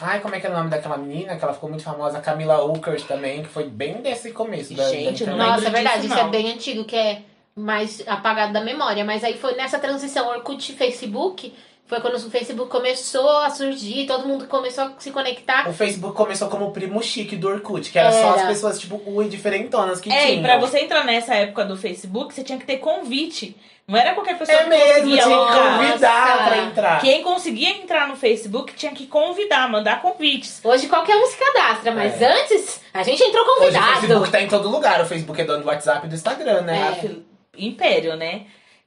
C: Ai, como é que é o nome daquela menina? Que ela ficou muito famosa, Camila Ukers também, que foi bem desse começo da, da
B: Gente, não
C: internet.
A: Nossa, é
B: lembro
A: verdade,
B: disso,
A: isso é
B: não.
A: bem antigo, que é mais apagado da memória. Mas aí foi nessa transição Orkut e Facebook, foi quando o Facebook começou a surgir, todo mundo começou a se conectar.
C: O Facebook começou como o primo chique do Orkut, que era, só
A: Era.
C: as pessoas, tipo, ui, diferentonas que
B: É,
C: tinham.
B: e pra você entrar nessa época do Facebook, você tinha que ter convite. Não era qualquer pessoa
C: É
B: que
C: mesmo,
B: conseguia
C: tinha que
B: entrar.
C: convidar
A: Nossa.
C: pra entrar.
B: Quem conseguia entrar no Facebook tinha que convidar, mandar convites.
A: Hoje qualquer um se cadastra, mas
C: É.
A: antes a gente entrou
C: Hoje o
A: convidado.
C: Facebook tá em todo lugar. O Facebook é dono do WhatsApp e do Instagram, né?
A: É.
B: Aquele Império, né?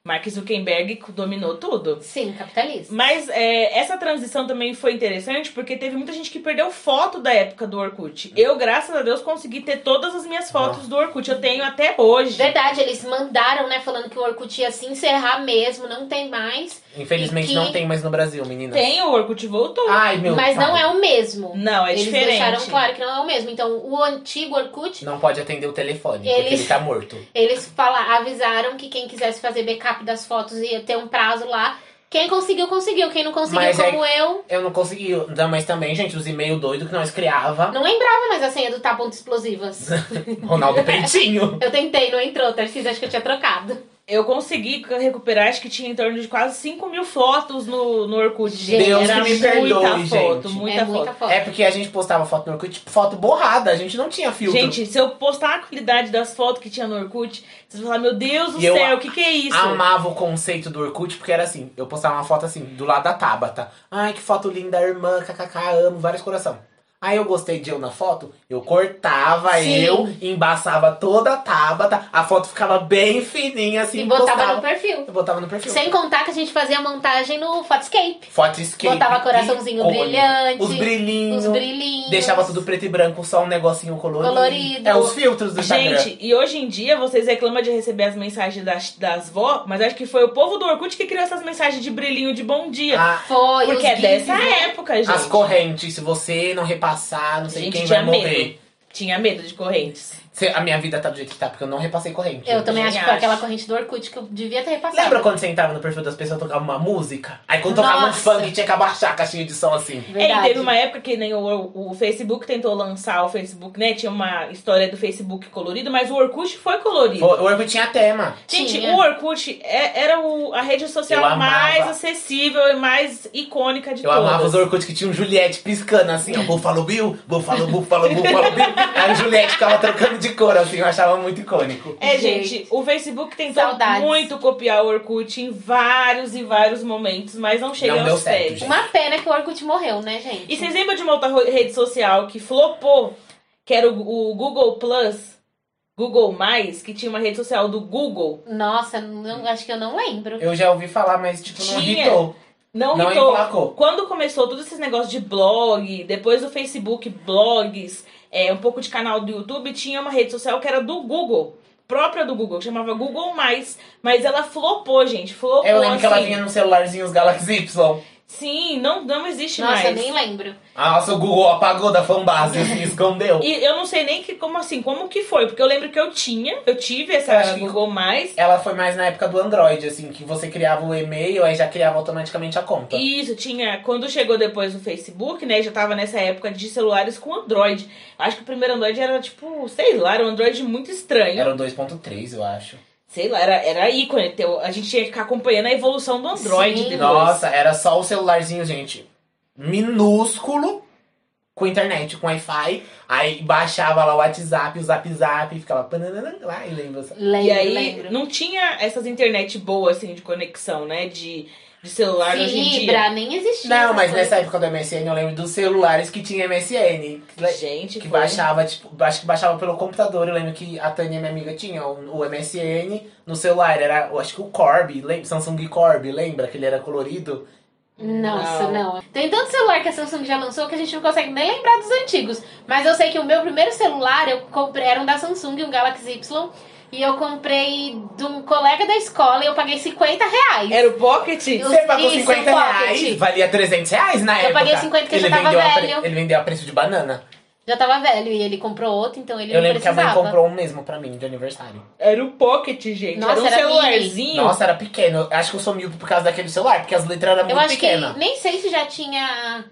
B: Mark Zuckerberg dominou tudo.
A: Sim, capitalista.
B: Mas é, essa transição também foi interessante porque teve muita gente que perdeu foto da época do Orkut.
A: É.
B: Eu, graças a Deus, consegui ter todas as minhas
A: Ah.
B: fotos do Orkut. Eu tenho até hoje.
A: Verdade, eles mandaram, né, falando que o Orkut ia se encerrar mesmo, não tem mais.
C: Infelizmente
A: E que-
C: não tem mais no Brasil, menina.
B: Tem, o Orkut voltou.
C: Ai, meu
A: mas
C: pai.
A: não é o mesmo.
B: Não, é
A: eles
B: diferente.
A: deixaram claro que não é o mesmo. Então, o antigo Orkut
C: Não pode atender o telefone,
A: um Eles-
C: porque ele tá morto.
A: Eles fala, avisaram que quem quisesse fazer backup das fotos ia ter um prazo lá. Quem conseguiu, conseguiu. Quem não conseguiu,
C: Mas é-
A: como eu,
C: Eu não consegui. Não, mas também, gente, os e-mails doidos que nós criava.
A: não lembrava mais a senha do Tá Ponto Explosivas. <laughs>
C: Ronaldo Peitinho.
A: eu tentei, não entrou, Tarcísio, acho que eu tinha trocado.
B: Eu consegui recuperar, acho que tinha em torno de quase 5 mil fotos no, no Orkut.
A: Gente, Deus
B: Era
C: que me
B: muita
C: perdoe,
B: foto,
C: gente.
B: muita
A: é
B: foto.
A: muita foto.
C: É porque a gente postava foto no Orkut, tipo, foto borrada. A gente não tinha filtro.
B: Gente, se eu postar a qualidade das fotos que tinha no Orkut, vocês vão falar, meu Deus do
C: E eu
B: céu, o que, que é isso?
C: Amava o conceito do Orkut, porque era assim, eu postava uma foto assim, do lado da Tabata. Ai, que foto linda, irmã, kkk, amo, vários coração. Aí eu gostei de eu na foto, eu cortava
A: Sim.
C: eu, embaçava toda a Tabata, a foto ficava bem fininha assim,
A: e botava
C: postava,
A: no perfil.
C: Eu botava no perfil.
A: Sem contar que a gente fazia montagem no Photoscape.
C: Foto escape.
A: Botava coraçãozinho
C: icônico.
A: brilhante,
C: Os brilhinhos.
A: Os brilhinhos.
C: Deixava tudo preto e branco, só um negocinho colorido.
A: Colorido.
C: É os filtros do Instagram.
B: Gente, e hoje em dia vocês reclamam de receber as mensagens das, das vó, mas acho que foi o povo do Orkut que criou essas mensagens de brilhinho de bom dia.
C: A-
A: Foi,
B: porque
A: os
B: é dessa
A: GIFs, né?
B: época, gente.
C: as correntes, se você não repassar, não
B: A
C: sei
B: gente
C: quem vai
B: tinha
C: morrer.
B: medo. Tinha medo de correntes.
C: Se- a minha vida tá do jeito que tá, porque eu não repassei corrente.
A: Eu também
B: Eu
A: acho que foi
B: acho.
A: aquela corrente do Orkut que eu devia ter repassado.
C: Lembra quando você entrava no perfil das pessoas e tocava uma música? Aí quando tocava um
A: Nossa.
C: funk, tinha que abaixar a caixinha de som assim.
B: É, e
A: Verdade.
B: teve uma época que nem o, o Facebook tentou lançar o Facebook, né? Tinha uma história do Facebook colorido, mas o Orkut foi colorido.
C: O o Orkut tinha tema.
B: Gente,
A: Tinha.
B: o Orkut é- era o- a rede
C: Eu
B: social
C: amava.
B: mais acessível e mais icônica de
C: Eu
B: todas.
C: amava os Orkut que tinha um Juliette piscando assim, ó. Buffalo Bill, Buffalo, Buffalo, Buffalo Bill. Aí o Juliette ficava trocando de cor, assim, eu achava muito icônico.
B: É,
A: Gente.
B: gente, o Facebook tentou
A: Saudades.
B: muito copiar o Orkut em vários e vários momentos, mas não chega
C: Não
B: aos
C: deu certo,
B: pés.
C: gente.
A: Uma pena que o Orkut morreu, né, gente?
B: E vocês lembram de uma outra ro- rede social que flopou, que era o, o Google Plus, Google Mais, que tinha uma rede social do Google?
A: Nossa, não- acho que eu não lembro.
C: Eu já ouvi falar, mas tipo, não
B: Tinha.
C: hitou.
B: Não,
C: Não
B: hitou.
C: emplacou.
B: Quando começou todos esses negócios de blog, depois do Facebook, blogs, é, um pouco de canal do YouTube, tinha uma rede social que era do Google, própria do Google, que chamava Google Mais, mas ela flopou, gente, flopou
C: Eu lembro que ela
B: assim.
C: vinha num celularzinho os Galaxy Y.
B: Sim, não, não existe
A: Nossa, eu
B: mais.
A: nem lembro.
C: Ah, Nossa, o Google apagou da fanbase, assim, escondeu.
B: E eu não sei nem que, como assim, como que foi, porque eu lembro que eu tinha, eu tive essa
C: Acho que-
B: Google Mais.
C: Ela foi mais na época do Android, assim, que você criava o e-mail, aí já criava automaticamente a conta.
B: E Isso, tinha. Quando chegou depois o Facebook, né? Já tava nessa época de celulares com Android. Acho que o primeiro Android era tipo, sei lá, era um Android muito estranho.
C: Era o 2.3, eu acho.
B: Sei lá, era, era ícone. Então, a gente tinha que ficar acompanhando a evolução do Android
A: Sim.
B: depois.
C: Nossa, era só o celularzinho, gente, minúsculo, com internet, com Wi-Fi. Aí baixava lá o WhatsApp, o Zap Zap, ficava pananana lá e lembra. assim.
A: Lembro,
B: E aí,
A: lembro.
B: não tinha essas internet boas, assim, de conexão, né? De, de celular hoje em dia.
A: Fibra, nem existia.
C: Não,
A: essa
C: mas
A: coisa.
C: nessa época do MSN eu lembro dos celulares que tinha MSN. que-
B: Gente,
C: Que
B: foi-
C: baixava, tipo, acho que baixava pelo computador. Eu lembro que a Tânia, minha amiga, tinha o, o MSN no celular. Era, eu acho que o Corby, lembra? Samsung Corby, lembra? Que ele era colorido.
A: Nossa, não. Tem tanto celular que a Samsung já lançou que a gente não consegue nem lembrar dos antigos. Mas eu sei que o meu primeiro celular eu comprei, era um da Samsung, um Galaxy Y. E eu comprei de um colega da escola e eu paguei 50 reais.
B: Era o Pocket?
A: Eu-
C: Você pagou
A: isso,
C: 50
A: um
C: reais,
A: pocket.
C: valia 300 reais na
A: Eu
C: época.
A: paguei 50 que eu
C: ele
A: já tava
C: vendeu a pre-
A: velho.
C: Ele vendeu a preço de banana.
A: Já tava velho e ele comprou outro, então ele
C: eu
A: não
C: lembro que a
A: precisava.
C: mãe comprou um mesmo pra mim, de aniversário.
B: Era o Pocket, gente.
A: Nossa,
B: era um
A: era
B: celularzinho.
C: Nossa, era pequeno. Eu Acho que eu sou miúdo por causa daquele celular, porque as letras eram
A: Eu
C: muito
A: acho
C: pequenas.
A: que nem sei se já tinha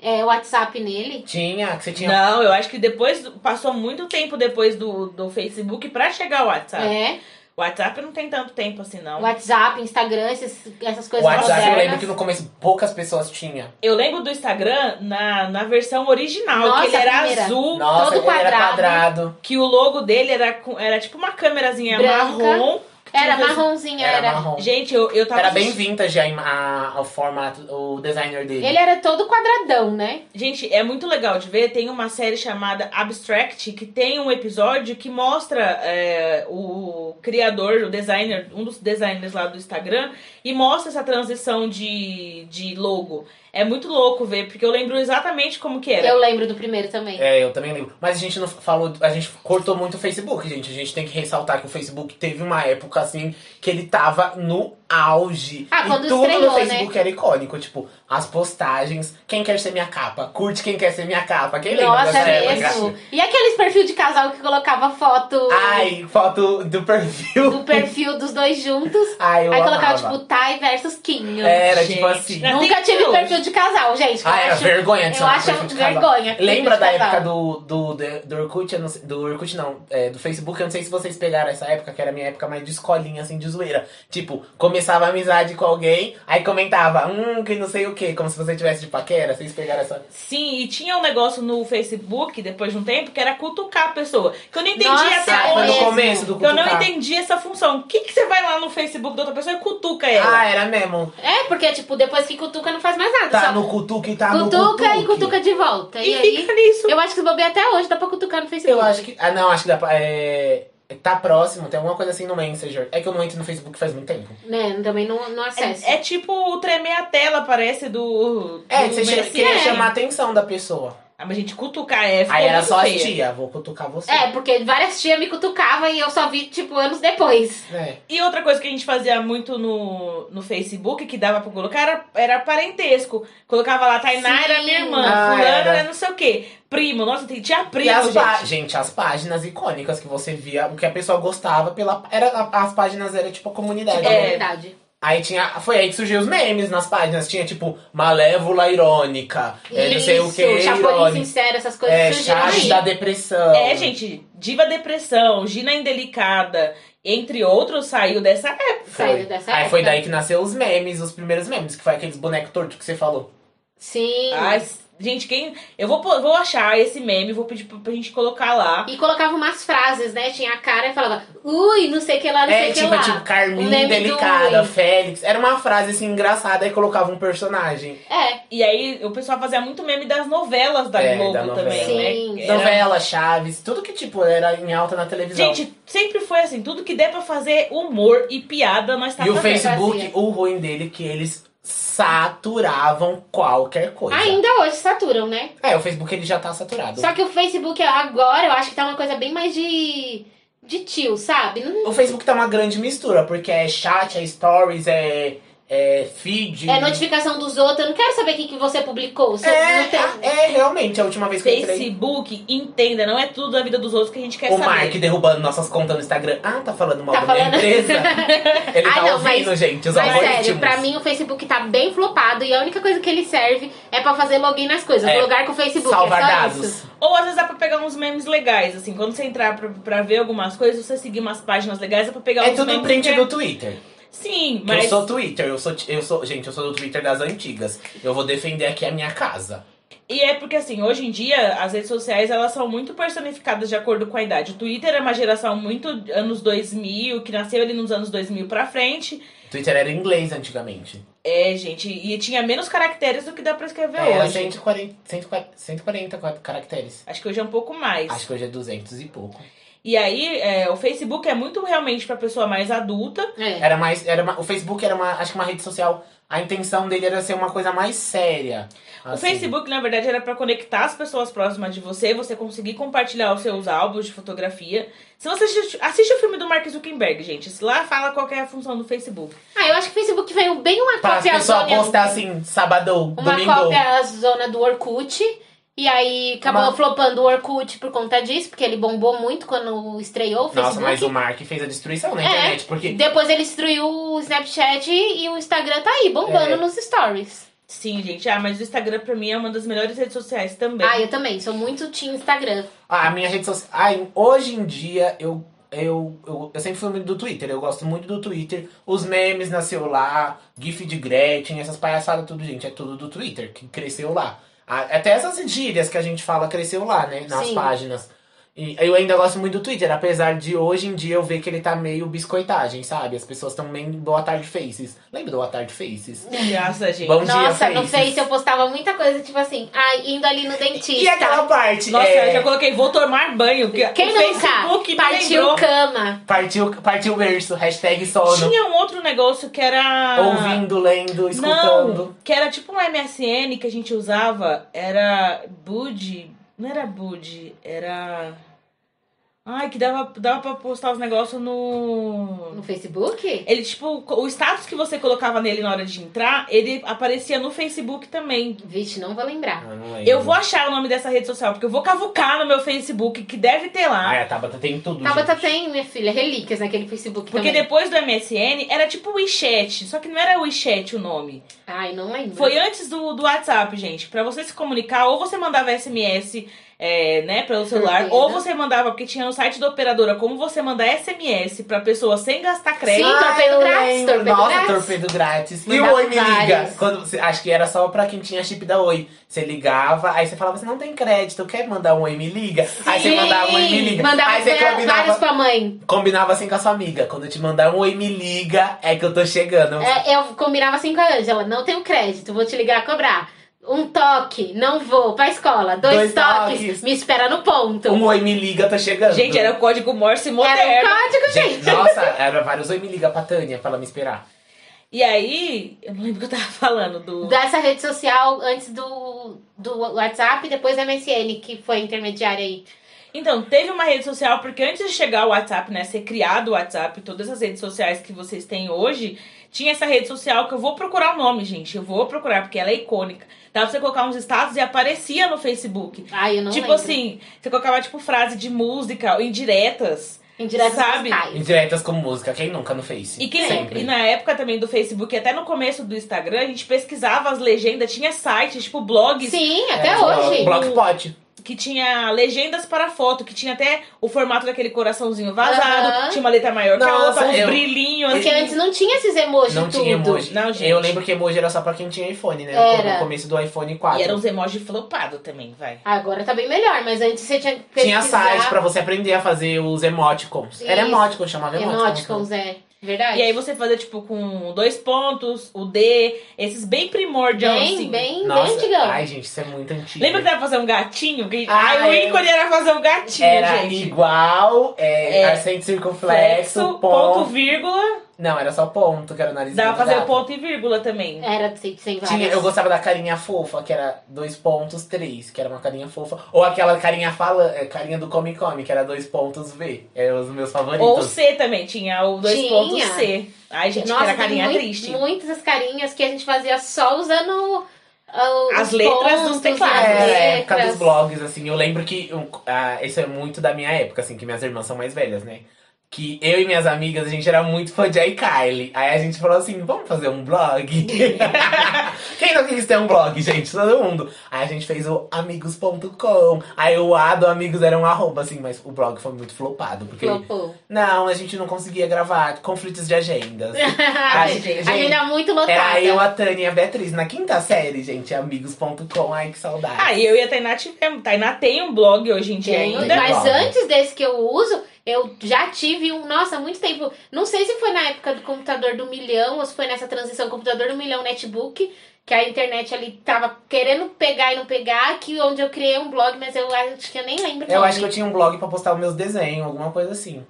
A: é, WhatsApp nele.
C: Tinha, que você tinha...
B: Não, eu acho que depois, passou muito tempo depois do, do Facebook pra chegar o WhatsApp.
A: É.
B: O WhatsApp não tem tanto tempo assim, não.
A: WhatsApp, Instagram, esses- essas
C: O
A: coisas
C: WhatsApp eu
A: modernas.
C: lembro que no começo poucas pessoas tinham.
B: Eu lembro do Instagram na, na versão original,
A: Nossa,
B: que ele era
A: a primeira.
B: azul.
C: Nossa,
A: todo
C: ele era
A: quadrado.
C: quadrado.
B: que o logo dele era, com- era tipo uma câmerazinha
A: Branca.
B: marrom.
A: Era marronzinha,
C: Era
A: era.
C: marrom.
B: Gente, eu, eu
A: Tá
B: tava.
C: Era bem
B: assisti-
C: vintage a, ima- a, o formato, o designer dele.
A: Ele é era todo quadradão, né?
B: Gente, é muito legal de ver. Tem uma série chamada Abstract que tem um episódio que mostra é, o criador, o designer, um dos designers lá do Instagram, e mostra essa transição de, de logo. É muito louco ver, porque eu lembro exatamente como que era.
A: Eu lembro do primeiro também.
C: É, eu também lembro. Mas a gente não falou, a gente cortou muito o Facebook, gente. A gente tem que ressaltar que o Facebook teve uma época assim que ele tava no auge.
A: Ah, quando
C: e tudo
A: estreou,
C: no Facebook era icônico, tipo, as postagens, quem quer ser minha capa, curte quem quer ser minha capa. Quem lembra
A: Nossa,
C: dessa
A: é
C: época?
A: mesmo. E aqueles perfil de casal que colocava foto
C: Ai, foto do perfil.
A: do perfil dos dois juntos.
C: Ai, <laughs> eu
A: aí colocava,
C: amava.
A: tipo, Thay versus Quinho.
C: Era tipo
B: Gente,
C: assim.
B: né?
A: Nunca
B: Tem
A: tive
B: tudo.
A: perfil de casal, gente. que
C: Ah,
A: eu
C: era
A: acho-
C: vergonha de ser
A: Eu
C: uma
A: acho
C: perfil de casal.
A: vergonha.
C: Lembra da
A: perfil de
C: época
A: casal.
C: do, do, do, do Orkut? Eu não sei- do Orkut não, é, do Facebook. Eu não sei se vocês pegaram essa época, que era a minha época mais de escolinha, assim, de zoeira. Tipo, começava a amizade com alguém, aí comentava, hum, que não sei o quê, como se você tivesse de paquera. Vocês pegaram essa.
B: Sim, e tinha um negócio no Facebook, depois de um tempo, que era cutucar a pessoa. Que eu não entendi
A: Nossa,
B: até
A: é
C: Ah, foi no
A: mesmo.
C: começo do
B: Eu não
C: cutucar.
B: entendi essa função. O que, que você vai lá no Facebook da outra pessoa e cutuca ela?
C: Ah, era mesmo.
A: É, porque, tipo, depois que cutuca não faz mais nada.
C: Tá
A: só
C: no cutuque, tá no
A: cutuca
C: cutuque.
A: e cutuca de volta. Ah, E,
B: e
A: aí,
B: fica nisso.
A: eu acho que se bobear até hoje, dá pra cutucar no Facebook.
C: Eu acho que... Ah, não, acho que dá pra... É... Tá próximo, tem alguma coisa assim no Messenger. É que eu não entro no Facebook faz muito tempo.
A: Né, também não, não acesso.
B: É, é tipo o tremer a tela, parece, do.
C: É,
B: do
C: você che-
B: MSN.
A: assim, é
C: queria chamar a atenção da pessoa.
B: Ah, mas a gente cutucar é ficou
C: Aí era
B: muito
C: só as
B: feia.
C: tia, vou cutucar você.
A: É, porque várias tias me cutucavam e eu só vi, tipo, anos depois.
C: É.
B: E outra coisa que a gente fazia muito no, no Facebook, que dava pra colocar, era, era parentesco. Colocava lá, Tainá
A: Sim.
B: era minha irmã,
C: Ah,
B: fulano era.
C: era
B: não sei o quê. Primo, nossa, tem- tinha
C: E
B: primo,
C: as
B: gente.
C: pá- gente. as páginas icônicas que você via, o que a pessoa gostava pela. Era, as páginas eram tipo a comunidade.
A: É.
B: É.
A: verdade.
C: Aí tinha. Foi aí que surgiu os memes nas páginas. Tinha, tipo, Malévola Irônica. é, não sei o que.
A: Chapolin
C: Irônica.
A: sincero, essas coisas
C: É,
A: surgiram
C: Chaves
A: aí.
C: da Depressão.
B: É, gente, Diva Depressão, Gina Indelicada, entre outros, saiu dessa época.
A: Saiu dessa
C: aí
A: época.
C: foi daí que nasceu os memes, os primeiros memes, que foi aqueles bonecos tortos que você falou.
A: Sim.
B: Ai, gente, quem. Eu vou, pô- vou achar esse meme, vou pedir pra, pra gente colocar lá.
A: E colocava umas frases, né? Tinha a cara e falava, ui, não sei o que lá, não sei
C: É,
A: o que
C: tipo,
A: lá.
C: tipo,
A: O
C: Carminha
A: meme
C: Delicada,
A: do-
C: Félix. Era uma frase assim engraçada e colocava um personagem.
A: É,
B: E aí o pessoal fazia muito meme das novelas da
C: É,
B: Globo
C: da novela.
B: também,
A: Sim.
B: né? Era-
C: Novela, Chaves, tudo que, tipo, era em alta na televisão.
B: Gente, sempre foi assim, tudo que der pra fazer humor e piada, nós tá
C: e o
B: fazendo.
C: Facebook,
A: fazia.
C: o ruim dele é que eles saturavam qualquer coisa.
A: ainda hoje saturam, né?
C: É, o Facebook ele já tá saturado.
A: Só que o Facebook agora eu acho que tá uma coisa bem mais de, de tio, sabe? Não-
C: O Facebook tá uma grande mistura, porque é chat, é stories, é, é feed.
A: É notificação dos outros, eu não quero saber o que, que você publicou. Você não tem...
C: É, é, realmente, a última vez que eu entrei.
B: Facebook, entenda, não é tudo da vida dos outros que a gente quer
C: O
B: saber.
C: Mark derrubando nossas contas no Instagram. Ah, tá falando mal
A: Tá
C: da minha
A: falando. <laughs>
C: empresa? Ele
A: Ah,
C: tá
A: não,
C: ouvindo,
A: mas-
C: gente, os
A: Mas
C: algoritmos.
A: sério, pra mim o Facebook tá bem flopado e a única coisa que ele serve é pra fazer login nas coisas.
C: É.
A: Lugar com o Facebook.
C: Salvar
A: é só
C: dados.
A: Isso.
B: Ou às vezes dá pra pegar uns memes legais, assim, quando você entrar pra, pra ver algumas coisas, você seguir umas páginas legais, dá pra pegar
C: É
B: uns
C: tudo
B: memes.
C: print
B: que-
C: do Twitter.
B: Sim,
C: Mas...
B: mas.
C: Eu sou Twitter, eu sou, eu sou. Gente, eu sou do Twitter das antigas. Eu vou defender aqui a minha casa.
B: E é porque, assim, hoje em dia, as redes sociais, elas são muito personificadas de acordo com a idade. O Twitter é uma geração muito anos 2000, que nasceu ali nos anos 2000 pra frente.
C: Twitter era em inglês antigamente.
B: É, gente, e tinha menos caracteres do que dá pra escrever
C: É, Era
B: hoje.
C: 140, 140, 140 qua- caracteres.
B: Acho que hoje é um pouco mais.
C: Acho que hoje é 200 e pouco.
B: E aí, é, o Facebook é muito realmente pra pessoa mais adulta.
A: É.
C: Era mais. Era uma- o Facebook era uma, acho que uma rede social. A intenção dele era ser uma coisa mais séria.
B: O
C: assim.
B: Facebook, na verdade, era pra conectar as pessoas próximas de você, você conseguir compartilhar os seus álbuns de fotografia. Se você assiste, assiste o filme do Mark Zuckerberg, gente, lá fala qual que é a função do Facebook.
A: Ah, eu acho que o Facebook veio bem uma
C: Pra as
A: cópia
C: pessoas
A: zona.
C: postar assim, sabadão,
A: uma
C: domingo.
A: cópia zona do Orkut. E aí acabou
C: Uma-
A: flopando o Orkut por conta disso, porque ele bombou muito quando estreou o
C: Nossa,
A: Facebook.
C: mas o Mark fez a destruição na
A: É.
C: internet, porque
A: Depois ele destruiu o Snapchat e o Instagram tá aí, bombando
C: É.
A: nos stories.
B: Sim, gente. Ah, mas o Instagram pra mim é uma das melhores redes sociais também.
A: Ah, eu também, sou muito team Instagram.
C: Ah, a minha rede social. Ai, hoje em dia eu, eu, eu, eu sempre fui muito do Twitter, eu gosto muito do Twitter. Os memes nasceu lá, GIF de Gretchen, essas palhaçadas, tudo, gente, é tudo do Twitter, que cresceu lá. A- Até essas gírias que a gente fala cresceu lá, né? Nas
A: Sim.
C: páginas. E eu ainda gosto muito do Twitter, apesar de hoje em dia eu ver que ele tá meio biscoitagem, sabe? As pessoas estão meio Boa Tarde Faces. Lembra do Boa Tarde Faces?
B: Graça, gente.
C: Bom
A: Nossa,
C: dia,
A: no
C: Faces.
A: Face eu postava muita coisa, tipo assim, ai, indo ali no dentista.
C: E aquela parte.
B: Nossa,
C: é,
B: eu já coloquei, vou tomar banho. Porque
A: Quem
B: o
A: nunca
B: Facebook me
A: partiu
B: lembrou.
A: cama?
C: Partiu, partiu o berço, hashtag sono.
B: Tinha um outro negócio que era.
C: Ouvindo, lendo, escutando.
B: Não, que era tipo um MSN que a gente usava. Era Bud. Não era Bud, era. Ai, que dava, dava pra postar os negócios no.
A: No Facebook?
B: Ele, tipo, o status que você colocava nele na hora de entrar, ele aparecia no Facebook também.
A: Vixe, não vou lembrar.
C: Ah, não lembro.
B: Eu vou achar o nome dessa rede social, porque eu vou cavucar no meu Facebook, que deve ter lá.
C: Ai, a Tabata é, tá, tem tudo.
A: Tabata
C: gente.
A: tem, minha filha, relíquias naquele Facebook
B: Porque
A: também.
B: depois do MSN era tipo WeChat, só que não era WeChat o nome.
A: Ai, não lembro.
B: Foi antes do, do WhatsApp, gente. Pra você se comunicar, ou você mandava SMS, é, né, pelo celular,
A: Certeza.
B: ou você mandava, porque tinha no site da operadora, como você mandar SMS pra pessoa sem gastar crédito.
A: Sim. torpedo
C: Ah, eu
A: grátis,
C: lembro.
A: torpedo
C: Nossa,
A: grátis.
C: torpedo grátis. E
A: Mandava
C: o Oi Me Liga.
A: várias.
C: Quando, você- acho que era só pra quem tinha chip da Oi. Você ligava, aí você falava, você não tem crédito, quer mandar um Oi Me Liga? Aí você
A: Sim,
C: mandava um Oi Me Liga.
A: Mandava
C: aí você
A: pra- várias
C: combinava,
A: pra mãe.
C: combinava assim com a sua amiga. Quando eu te mandar um Oi Me Liga, é que eu tô chegando.
A: É, eu combinava assim com a Ângela. Não tenho crédito, vou te ligar a cobrar. Um toque, não vou pra escola. Dois,
C: Dois
A: toques,
C: toques.
A: me espera no ponto.
C: Um Oi Me Liga, tô chegando.
B: Gente, era o código Morse
A: Era um
B: moderno.
A: código, gente.
C: Gente, nossa, era vários Oi Me Liga pra Tânia, pra ela me esperar.
B: E aí, eu não lembro o que eu tava falando do.
A: Dessa rede social antes do, do WhatsApp e depois da MSN, que foi intermediária aí.
B: Então, teve uma rede social, porque antes de chegar o WhatsApp, né, ser criado o WhatsApp, todas as redes sociais que vocês têm hoje, tinha essa rede social que eu vou procurar o nome, gente. Eu vou procurar, porque ela é icônica. Dá pra você colocar uns status e aparecia no Facebook.
A: Ai, eu não
B: tipo
A: lembro.
B: assim, você colocava, tipo, frase de música, ou indiretas.
A: Indiretas
B: sabe?
A: musicais.
C: Indiretas com música, quem nunca no Face?
B: E, que,
A: Sempre.
B: e na época também do Facebook, até no começo do Instagram, a gente pesquisava as legendas, tinha sites, tipo, blogs
A: Sim, até
C: É,
A: hoje.
C: o Blogspot.
B: que tinha legendas para foto, que tinha até o formato daquele coraçãozinho vazado,
A: Aham.
B: tinha uma letra maior que a
C: Nossa,
B: outra, uns
C: eu-
B: brilhinhos,
A: Porque
B: assim.
A: antes não tinha esses emojis
C: Não
A: tudo.
C: tinha emoji.
B: Não, gente.
C: Eu lembro que emoji era só pra quem tinha iPhone, né?
A: Era.
C: No começo do iPhone 4.
B: E um eram uns emojis flopados também, vai.
A: Agora tá bem melhor, mas antes você tinha que
C: Tinha
A: pesquisar.
C: site pra você aprender a fazer os emoticons. Era
A: Isso.
C: emoticon, chamava emoticon.
A: Emoticons,
C: né?
A: é. Verdade.
B: E aí você fazia, tipo, com dois pontos, o D, esses bem primordial,
A: bem,
B: assim.
A: bem, bem
C: Nossa,
A: antigão.
C: ai gente, isso é muito antigo.
B: Lembra que dava pra fazer um gatinho? Que-
C: Ah,
B: Ai, o
C: é.
B: ícone era fazer um gatinho,
C: Era
B: gente.
C: igual, é,
B: É.
C: acento circunflexo,
B: Flexo,
C: ponto.
B: ponto, vírgula.
C: Não, era só ponto que era o nariz.
B: Dava pra fazer
C: quadrado.
B: ponto e vírgula também.
A: Era sem, sem vários.
C: Tinha, eu gostava da carinha fofa, que era dois pontos, três, que era uma carinha fofa. Ou aquela carinha fala, é, carinha do Come Come, que era dois pontos V. Eram os meus favoritos.
B: Ou C também, tinha o dois
A: Tinha.
B: pontos C. Ai, gente, que
A: Nossa,
B: era carinha
A: tem mui-
B: triste.
A: muitas carinhas que a gente fazia só usando ah,
B: As
A: os
B: letras dos
A: pontos,
B: teclados.
A: as
C: É, era a
A: letras.
C: época dos blogs, assim. Eu lembro que. um, ah, isso é muito da minha época, assim, que minhas irmãs são mais velhas, né? Que eu e minhas amigas, a gente era muito fã de iCarly. Aí a gente falou assim: vamos fazer um blog?
A: <laughs>
C: Quem não quis ter um blog, gente? Todo mundo. Aí a gente fez o amigos.com. Aí o A do amigos era um arroba, assim, mas o blog foi muito flopado. Porque.
A: Flopou.
C: Não, a gente não conseguia gravar. Conflitos de agendas.
A: <laughs> A
C: gente-
A: Ainda muito lotada.
C: Era eu, a Tânia e a Beatriz. Na quinta série, gente, amigos.com. Ai, que saudade.
B: Ah, e eu e a Tainá tivemos. Tainá tem um blog hoje em dia
A: Tenho,
B: ainda.
A: mas
C: Legal.
A: antes desse que eu uso, eu já tive um. Nossa, há muito tempo. Não sei se foi na época do computador do milhão ou se foi nessa transição computador do milhão netbook, que a internet ali tava querendo pegar e não pegar, que onde eu criei um blog, mas eu acho que eu nem lembro. o
C: Eu
A: nome.
C: acho que eu tinha um blog pra postar os meus desenhos, alguma coisa assim.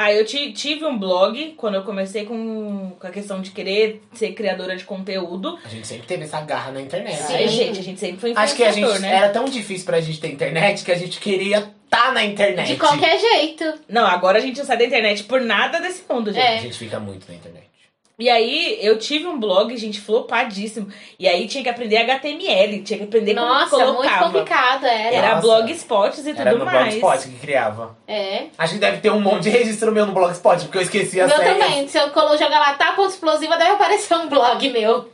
B: Ah, eu ti- tive um blog quando eu comecei com, com a questão de querer ser criadora de conteúdo.
C: A gente sempre teve essa garra na internet.
A: É. Sim.
B: Ai, gente, a gente sempre foi
C: Acho que a gente
A: é.
B: né?
C: era tão difícil pra gente ter internet que a gente queria tá na internet.
A: De qualquer jeito.
B: Não, agora a gente não sai da internet por nada desse mundo, gente.
A: É.
C: A gente fica muito na internet.
B: E aí, eu tive um blog, gente, flopadíssimo. E aí tinha que aprender HTML, tinha que aprender
A: Nossa,
B: como
A: muito
B: colocava.
A: complicado, é. era.
B: Era
C: Nossa.
B: blogspots e tudo
C: Era no
B: mais.
C: Blogspot que criava.
A: É.
C: Acho que deve ter um monte de registro meu no Blogspot, porque eu esqueci a
A: meu
C: senha.
A: também. Se eu colo- jogar lá tá ponto explosiva, deve aparecer um blog meu.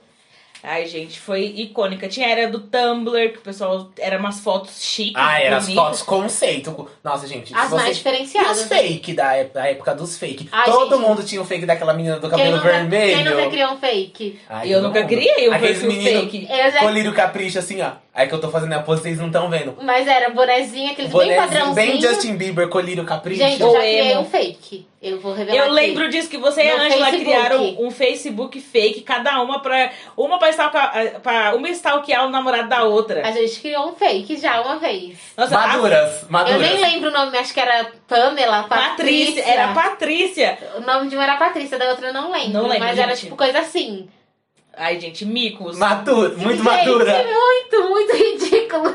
B: Ai, gente, foi icônica. Tinha a era do Tumblr, que o pessoal era umas fotos chiques,
C: Ah, era as
B: bonitas.
C: fotos conceito. Nossa, gente, se
A: As
C: você-
A: mais
C: E os
A: diferenciadas.
C: fake da época, da época dos fake.
A: Ai,
C: Todo
A: gente.
C: mundo tinha o fake daquela menina do
A: Quem
C: cabelo
A: nunca,
C: vermelho.
A: quem nunca criou um fake?
C: Ai,
B: E eu
C: todo
B: nunca
C: mundo.
B: criei um
C: Aqueles
B: perfil
C: menino-
B: fake.
A: Eu já-
C: Colírio capricho, assim, ó. Aí que eu tô fazendo a pose, vocês não estão vendo.
A: Mas era bonezinho, aqueles bem
C: Bonézinho,
A: padrãozinho.
C: bem Justin Bieber, colírio capricho.
A: Gente, eu já
B: Ou
A: criei
B: emo.
A: um fake. Eu vou revelar
B: Eu
A: aqui.
B: lembro disso que você e a
A: No
B: Angela
A: Facebook.
B: criaram um Facebook fake, cada uma pra. Uma pra, stalkear, pra uma stalkear o namorado da outra.
A: A gente criou um fake já uma vez.
B: Nossa, a-
C: maduras,
A: Eu
C: maduras.
A: nem lembro o nome, acho que era Pamela, Patrícia.
B: Patrícia, era Patrícia.
A: O nome de uma era Patrícia, da outra eu não lembro.
B: Não lembro,
A: mas era
B: gente.
A: tipo coisa assim.
B: Ai, gente, micos.
C: Matura, muito
A: Gente,
C: madura.
A: Muito, muito ridículo.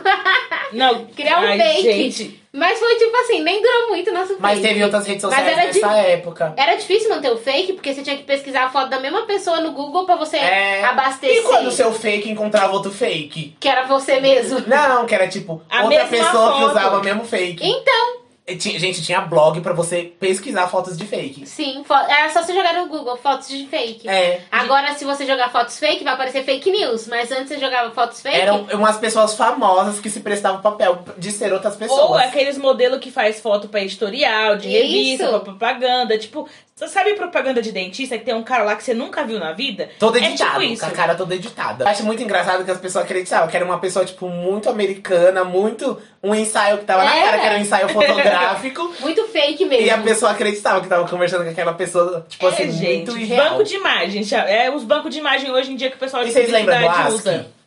B: Não,
A: Criar um
B: ai,
A: fake.
B: Gente,
A: Mas foi tipo assim, nem durou muito o nosso fake.
C: Mas teve outras redes sociais
A: Mas era
C: nessa época.
A: Era difícil manter o fake, porque você tinha que pesquisar a foto da mesma pessoa no Google pra você
C: É.
A: abastecer.
C: E quando o seu fake encontrava outro fake?
A: Que era você mesmo.
C: Não, que era tipo
B: A
C: outra
B: mesma
C: pessoa que
B: foto.
C: usava o mesmo fake.
A: Então,
C: E tinha- gente, tinha blog pra você pesquisar fotos de fake.
A: sim, fo- era só você jogar no Google fotos de fake.
C: É.
A: Agora, se você jogar fotos fake, vai aparecer fake news. Mas antes você jogava fotos fake.
C: Eram umas pessoas famosas que se prestavam papel de ser outras pessoas.
B: ou
A: é
B: aqueles modelos que faz foto pra editorial, de
A: Isso.
B: revista, pra propaganda. Tipo, sabe propaganda de dentista que tem um cara lá que você nunca viu na vida?
C: Todo
B: É
C: editado,
B: tipo isso.
C: com a cara toda editada. Eu acho muito engraçado que as pessoas acreditavam que era uma pessoa, tipo, muito americana, muito. Um ensaio que tava na
A: Era.
C: cara, que era
B: É.
C: um
B: <laughs>
C: ensaio fotográfico.
A: Muito fake mesmo.
C: e a pessoa acreditava que tava conversando com aquela pessoa, tipo
B: É,
C: assim,
B: gente,
C: muito irreal.
B: banco de imagem. já- É os bancos de imagem hoje em dia que o pessoal
C: E
B: de
C: vocês lembram do
B: publicidade usa.
C: ASCII?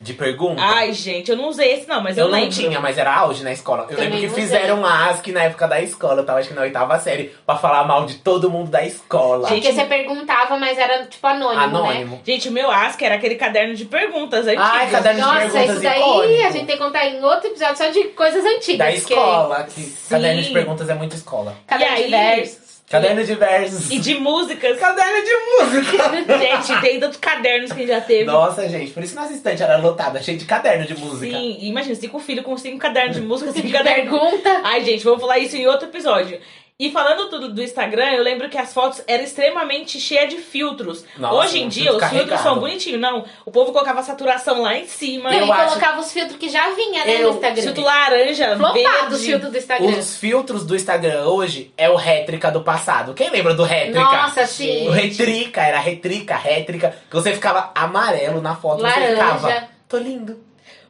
C: de pergunta.
B: Ai, gente, eu não usei esse não, mas eu,
C: Eu não
B: lembro.
C: tinha, mas era auge na escola. Eu
A: Também
C: lembro que
A: usei.
C: fizeram uma ASC na época da escola. Eu tava acho que na oitava série, pra falar mal de todo mundo da escola.
B: Gente,
A: Porque você perguntava, mas era tipo anônimo, né?
C: Anônimo.
B: Gente, o meu ASC era aquele caderno de perguntas antigas.
C: Ai, caderno de
A: Nossa,
C: perguntas
A: isso daí
C: icônico.
A: a gente tem que contar em outro episódio só de coisas antigas.
C: Da
A: porque
C: escola. Que caderno de
B: Sim.
C: perguntas é muito escola.
A: Caderno
B: E
A: de
B: aí?
A: versos. <laughs>
C: Caderno de versos.
B: E de músicas. <laughs>
C: Caderno de música.
B: gente, tem tantos cadernos que já teve.
C: Nossa, gente, por isso que nossa estante era lotada, cheia de caderno de música.
B: Sim, e imagina, cinco filhos com cinco cadernos de música, cinco cadernos.
A: Pergunta.
B: Ai, gente, vamos falar isso em outro episódio. E falando tudo do Instagram, eu lembro que as fotos eram extremamente cheias de filtros.
C: Nossa,
B: Hoje em
C: um
B: dia,
C: filtro
B: os filtros
C: carregado.
B: são bonitinhos, não. O povo colocava a saturação lá em cima.
A: Não, e
C: Eu acho-
A: colocava os filtros que já vinha, né,
C: Eu-
A: no Instagram.
B: Filtro laranja,
A: Flopado os
B: verde.
A: filtros do Instagram.
C: Os filtros do Instagram hoje é o rétrica do passado. Quem lembra do rétrica?
A: Nossa, sim.
C: O retrica, era retrica, rétrica, que você ficava amarelo na foto.
A: Laranja.
C: Você ficava, tô lindo.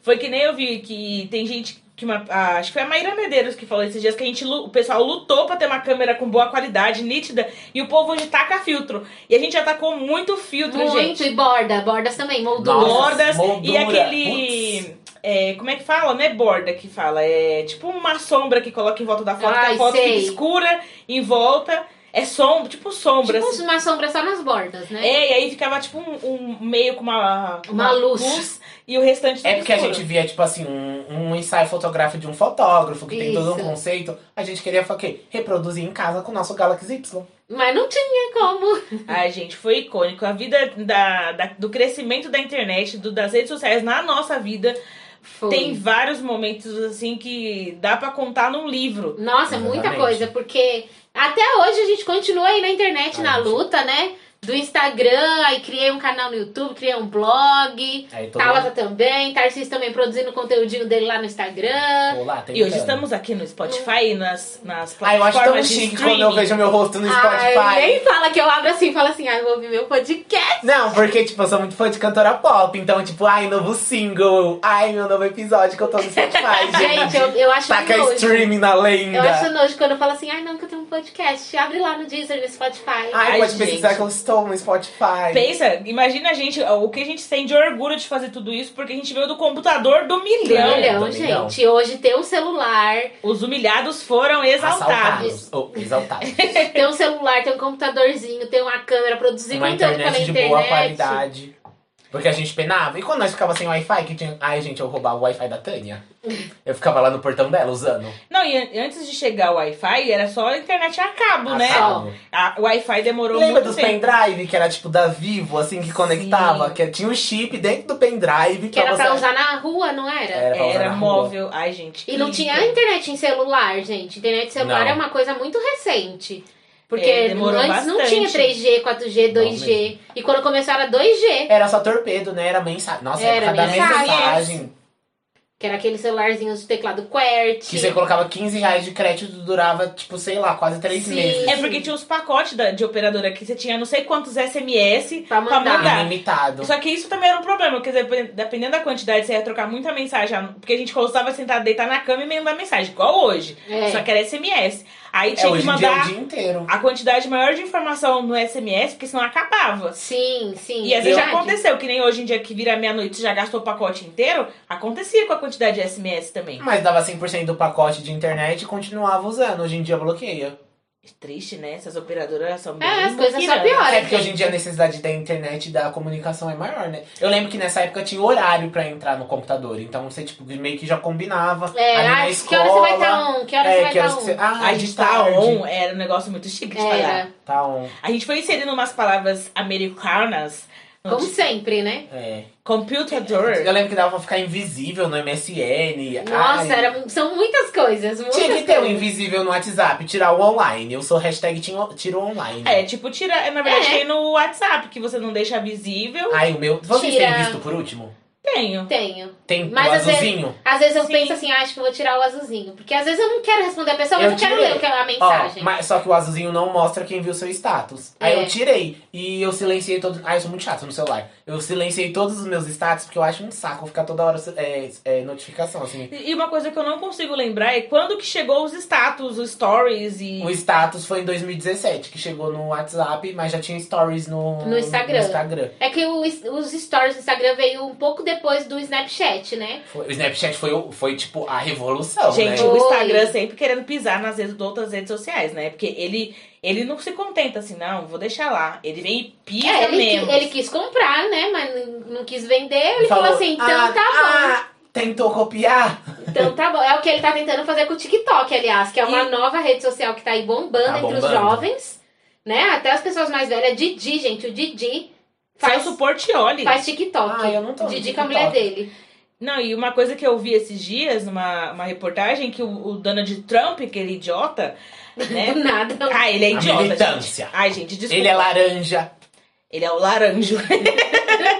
B: Foi que nem eu vi que tem gente que uma- a- acho que foi a Maíra Medeiros que falou esses dias que a gente lu- o pessoal lutou pra ter uma câmera com boa qualidade, nítida, e o povo hoje taca filtro. E a gente atacou muito filtro,
A: Muito,
B: gente.
A: e borda, bordas também, molduras.
C: Nossa.
B: Bordas e
C: moldura,
B: aquele é, como é que fala? Não é borda que fala, é tipo uma sombra que coloca em volta da foto, que
A: Ai,
B: a foto
A: sei.
B: fica escura em volta, é sombra, tipo sombra.
A: Tipo
B: assim.
A: uma sombra só nas bordas, né?
B: É, e aí ficava tipo um, um meio com uma,
A: Uma luz.
B: e o restante
C: É
B: tudo
C: porque a
B: escuro.
C: gente via, tipo assim, um, um ensaio fotográfico de um fotógrafo, que tem todo um
A: Isso.
C: conceito. A gente queria o quê? reproduzir em casa com o nosso Galaxy Y.
A: Mas não tinha como.
B: Ai, gente, foi icônico. A vida da, da- do crescimento da internet, do- das redes sociais na nossa vida,
A: Foi.
B: tem vários momentos assim que dá pra contar num livro.
A: Nossa, é
C: Exatamente.
A: muita coisa, porque até hoje a gente continua aí na internet,
C: Ah,
A: na
C: gente.
A: luta, né? Do Instagram, aí criei um canal no YouTube, criei um blog.
C: Aí todo
A: Tabata
C: mundo
A: também, Tarcísio também produzindo conteúdinho dele lá no Instagram.
C: ficou lá
B: E hoje
C: tentando.
B: estamos aqui no Spotify, nas, nas
C: Ah, eu
B: plataformas
C: acho tão
B: de
C: chique
B: streaming.
C: quando eu vejo meu rosto no Spotify.
A: Ai, nem fala que eu abro assim, fala assim, ah, eu vou ouvir meu podcast.
C: Não, porque, tipo, eu sou muito fã de cantora pop. Então, tipo, ai, novo single. Ai, meu novo episódio que eu tô no Spotify, gente.
A: <laughs> Gente, eu, eu acho
C: Taca né?
A: nojo.
C: streaming na lenda.
A: Eu acho nojo quando eu falo assim, ai não, que eu tenho um podcast. Abre lá no Deezer, no Spotify.
C: Ai,
B: Ai,
C: pode
B: gente.
C: pesquisar que eu estou no Spotify.
B: Pensa, imagina a gente, o que a gente tem de orgulho de fazer tudo isso, porque a gente veio do computador do milhão.
A: Um milhão,
C: também
A: gente. Hoje ter um celular,
B: Os humilhados foram exaltados.
C: Assaltados. Ou
A: <laughs>
C: exaltados.
A: ter um celular, ter um computadorzinho, ter uma câmera, produzir
C: Uma
A: conteúdo pela
C: internet de boa
A: internet.
C: qualidade. Porque a gente penava. E quando nós ficava sem Wi-Fi, que tinha. Ai, gente, eu roubava o Wi-Fi da Tânia. Eu ficava lá no portão dela usando.
B: Não, e an- antes de chegar o Wi-Fi, era só a internet a cabo,
A: Ah,
B: né?
A: tá.
C: Assado.
B: A- O Wi-Fi demorou
C: Lembra
B: muito
C: dos
B: tempo.
C: pendrive que era tipo da Vivo, assim, que conectava? Que tinha um chip dentro do pendrive
A: Que era
C: você.
A: pra usar na rua, não É, era?
C: Era pra usar
B: Era
C: na rua.
B: móvel. Ai, gente.
A: E não
B: que
A: tinha
B: lindo.
A: internet em celular, gente. Internet em celular
C: Não.
A: é uma coisa muito recente. Porque
B: É,
A: antes
B: demorou
A: não
B: bastante.
A: tinha 3G, 4G,
C: Não
A: 2G. E quando começou era 2G,
C: Era só torpedo, né? Era mensagem. Nossa,
A: Era
C: era cada
A: mensagem.
C: mensagem.
A: que era aquele celularzinho de teclado QWERTY.
C: Que você colocava 15 reais de crédito durava, tipo, sei lá, quase 3
A: Sim.
C: meses.
B: É porque tinha os pacotes da- de operadora que você tinha não sei quantos SMS
A: Pra
B: pra
A: mandar.
B: mandar.
C: Ilimitado.
B: Só que isso também era um problema, porque depen- dependendo da quantidade, você ia trocar muita mensagem. Porque a gente gostava de sentar, deitar na cama e mandar mensagem, igual hoje.
A: É.
B: Só que era SMS. Aí
C: É,
B: tinha que
C: hoje em dia é o
B: mandar
C: dia inteiro.
B: a quantidade maior de informação no SMS, porque senão acabava.
A: Sim, sim.
B: E às vezes já
A: verdade.
B: aconteceu, que nem hoje em dia que vira meia-noite você já gastou o pacote inteiro, acontecia com a quantidade de SMS também.
C: Mas dava 100% do pacote de internet e continuava usando. Hoje em dia bloqueia.
B: Triste, né? Essas operadoras são bem.
A: É, as coisas só
B: piranhas.
A: pioram.
C: É porque hoje em dia a necessidade da internet e da comunicação é maior, né? Eu lembro que nessa época tinha horário pra entrar no computador. Então você, tipo, meio que já combinava.
A: É,
C: ali na
A: ai, que
C: escola.
A: hora você vai estar on? Que hora
C: é,
A: você vai tá
C: que
A: estar
C: horas
A: on?
C: que você... Ah,
B: A
C: de
B: gente tá
C: tarde.
B: on, era um negócio muito chique de falar.
A: Era,
C: Tá on.
B: A gente foi inserindo umas palavras americanas. no
A: como
B: de-
A: sempre, né?
C: É.
B: Computador.
C: Eu lembro que dava pra ficar invisível no MSN.
A: Nossa,
C: Ai,
A: era, são muitas coisas. Muitas
C: Tinha que ter um
A: coisas.
C: invisível no WhatsApp, tirar o online. Eu sou hashtag tiro tiro online.
B: É, tipo, tira. é, Na verdade,
A: É.
B: tem no WhatsApp, que você não deixa visível.
C: Ai, o meu. Vocês
A: Tira.
C: têm visto por último?
B: Tenho.
A: Tenho.
C: Tem
A: Mas
C: o
A: às vezes-
C: azulzinho?
A: Às vezes eu
B: Sim.
A: penso assim, ah, acho que eu vou tirar o azulzinho. Porque às vezes eu não quero responder a pessoa, mas eu, quero
C: tirei.
A: ler o que é a
C: Ó,
A: mensagem.
C: mas, só que o azulzinho não mostra quem viu seu status. Aí
A: É.
C: eu tirei. E eu silenciei todos. Ai, eu sou muito chato no celular. Eu silenciei todos os meus status porque eu acho um saco ficar toda hora é, é, notificação, assim.
B: E e uma coisa que eu não consigo lembrar é quando que chegou os status, os stories e.
C: O status foi em 2017, que chegou no WhatsApp, mas já tinha stories no,
A: No Instagram.
C: no Instagram.
A: É que o- os stories do Instagram veio um pouco depois do Snapchat, né?
C: Foi- o Snapchat foi, o- foi tipo, a revolução,
B: Gente,
C: né?
B: o
A: Oi.
B: Instagram sempre querendo pisar nas redes, outras redes sociais, né? Porque ele, ele não se contenta assim, não, vou deixar lá. Ele vem e pisa
A: É, ele,
B: mesmo.
A: qui- ele quis comprar, né? Mas n- não quis vender. Ele falou, assim: então
C: "Ah,
A: tá bom.
C: ah, tentou copiar.
A: Então tá bom. É o que ele tá tentando fazer com o TikTok, aliás, que é uma
B: E-
A: nova rede social que tá aí bombando
C: Tá
A: entre os
C: bombando.
A: jovens, né? Até as pessoas mais velhas. Didi, gente, o Didi
B: Faz
A: faz,
B: suporte olhe.
A: faz TikTok.
C: Ah, eu não tô no
A: Didi com a
C: TikTok.
A: mulher dele.
B: Não, e uma coisa que eu vi esses dias, numa uma reportagem, que o, o Donald Trump, aquele idiota, né?
A: <laughs> Do nada.
B: ah, ele é
C: A
B: idiota.
C: militância.
B: Gente. Ai, gente, desculpa.
C: Ele é laranja,
B: Ele é o laranjo. <laughs>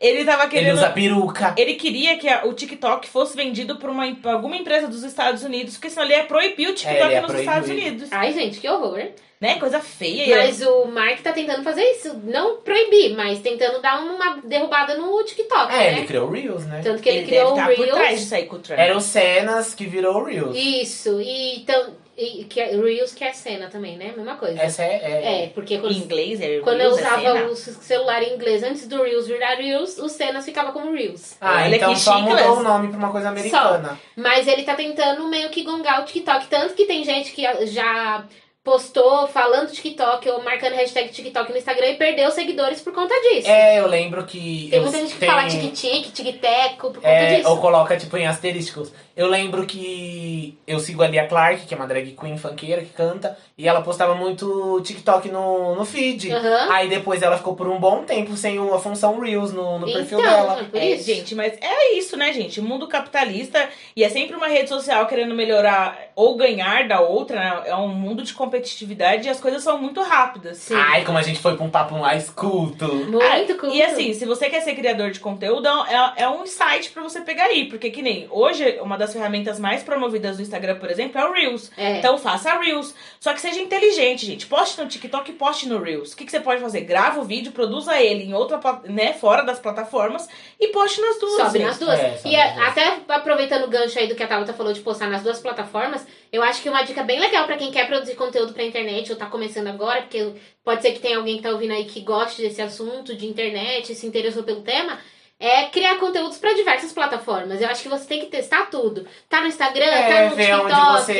B: ele tava
C: ele
B: querendo.
C: usa peruca.
B: Ele queria que a- o TikTok fosse vendido por uma, pra alguma empresa dos Estados Unidos, porque senão ele ia proibir o
C: É,
B: TikTok
C: ele é
B: nos Estados
C: proibido.
B: Unidos.
A: Ai, gente, que horror.
B: Né? Coisa feia. e
A: Mas o Mark tá tentando fazer isso. Não proibir, mas tentando dar uma derrubada no TikTok,
C: É,
A: né?
C: ele criou o Reels, né?
A: Tanto que ele, criou o
B: deve tá por trás de
A: Reels.
B: sair com o Trump.
C: Eram cenas que virou o Reels.
A: É. Isso, e, então, e que é- Reels que é cena também, né? Mesma coisa.
C: Essa é... é-
A: É, porque
B: Em
A: quando,
B: inglês, é
A: quando eu
B: Reels, é
A: usava
B: cena.
A: o celular em inglês antes do Reels virar Reels, o cenas ficava como Reels.
C: Ah,
B: Olha
C: então
B: que
C: só
B: chiclas.
C: mudou o nome pra uma coisa americana.
A: Mas ele tá tentando meio que gongar o TikTok. Tanto que tem gente que já postou falando TikTok ou marcando hashtag TikTok no Instagram e perdeu seguidores por conta disso.
C: É, eu lembro que...
A: Tem
C: eu
A: muita gente que
C: tenho-
A: fala tic-tic, tic-teco, por conta
C: É,
A: disso.
C: ou coloca, tipo, em asterísticos. Eu lembro que eu sigo a Lia Clark, que é uma drag queen funkeira que canta, e ela postava muito TikTok no, no feed.
A: Aham.
C: Aí depois ela ficou por um bom tempo sem uma função Reels no, no perfil
A: Então,
C: dela.
A: por
B: É,
A: isso.
B: gente, mas é isso, né, gente? Mundo capitalista e é sempre uma rede social querendo melhorar ou ganhar da outra, né? É um mundo de competitividade e as coisas são muito rápidas.
A: Sim.
C: Ai, como a gente foi pra um papo mais culto.
A: Muito
B: Ah,
A: culto.
B: E assim, se você quer ser criador de conteúdo, é, é um site pra você pegar aí. Porque que nem hoje, uma das ferramentas mais promovidas do Instagram, por exemplo, é o Reels.
A: É.
B: Então faça Reels. Só que seja inteligente, gente. Poste no TikTok e poste no Reels. O que, que você pode fazer? Grava o vídeo, produza ele em outra, pla- né, fora das plataformas e poste nas duas.
A: Sobe
B: gente.
A: nas duas.
C: É, sobe
A: e
C: nas duas.
A: até aproveitando o gancho aí do que a Tabata falou de postar nas duas plataformas, eu acho que uma dica bem legal pra quem quer produzir conteúdo pra internet ou tá começando agora, porque pode ser que tenha alguém que tá ouvindo aí que goste desse assunto de internet, se interessou pelo tema, é criar conteúdos pra diversas plataformas. Eu acho que você tem que testar tudo. Tá no Instagram,
C: é,
A: tá no
C: ver
A: TikTok.
C: onde você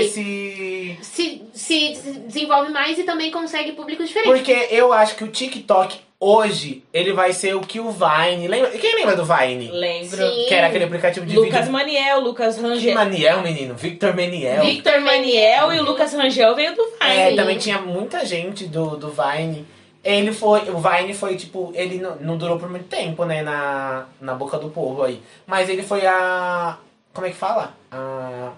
C: se
A: se, se des- desenvolve mais e também consegue público diferente.
C: Porque eu acho que o TikTok hoje, ele vai ser o que o Vine. Lembra? Quem lembra do Vine?
B: Lembro.
A: Sim.
C: Que era aquele aplicativo de
B: Lucas
C: vídeo.
B: Maniel, Lucas
C: Que
B: Rangel.
C: Maniel, menino. Victor Maniel.
A: Vi-
B: Victor Maniel e o Lucas Rangel veio do
C: É,
B: Vine.
C: também tinha muita gente do, do Vine. Ele foi. O Vine foi, tipo, ele não, não durou por muito tempo, né? Na, na boca do povo aí. Mas ele foi a. Como é que fala? A,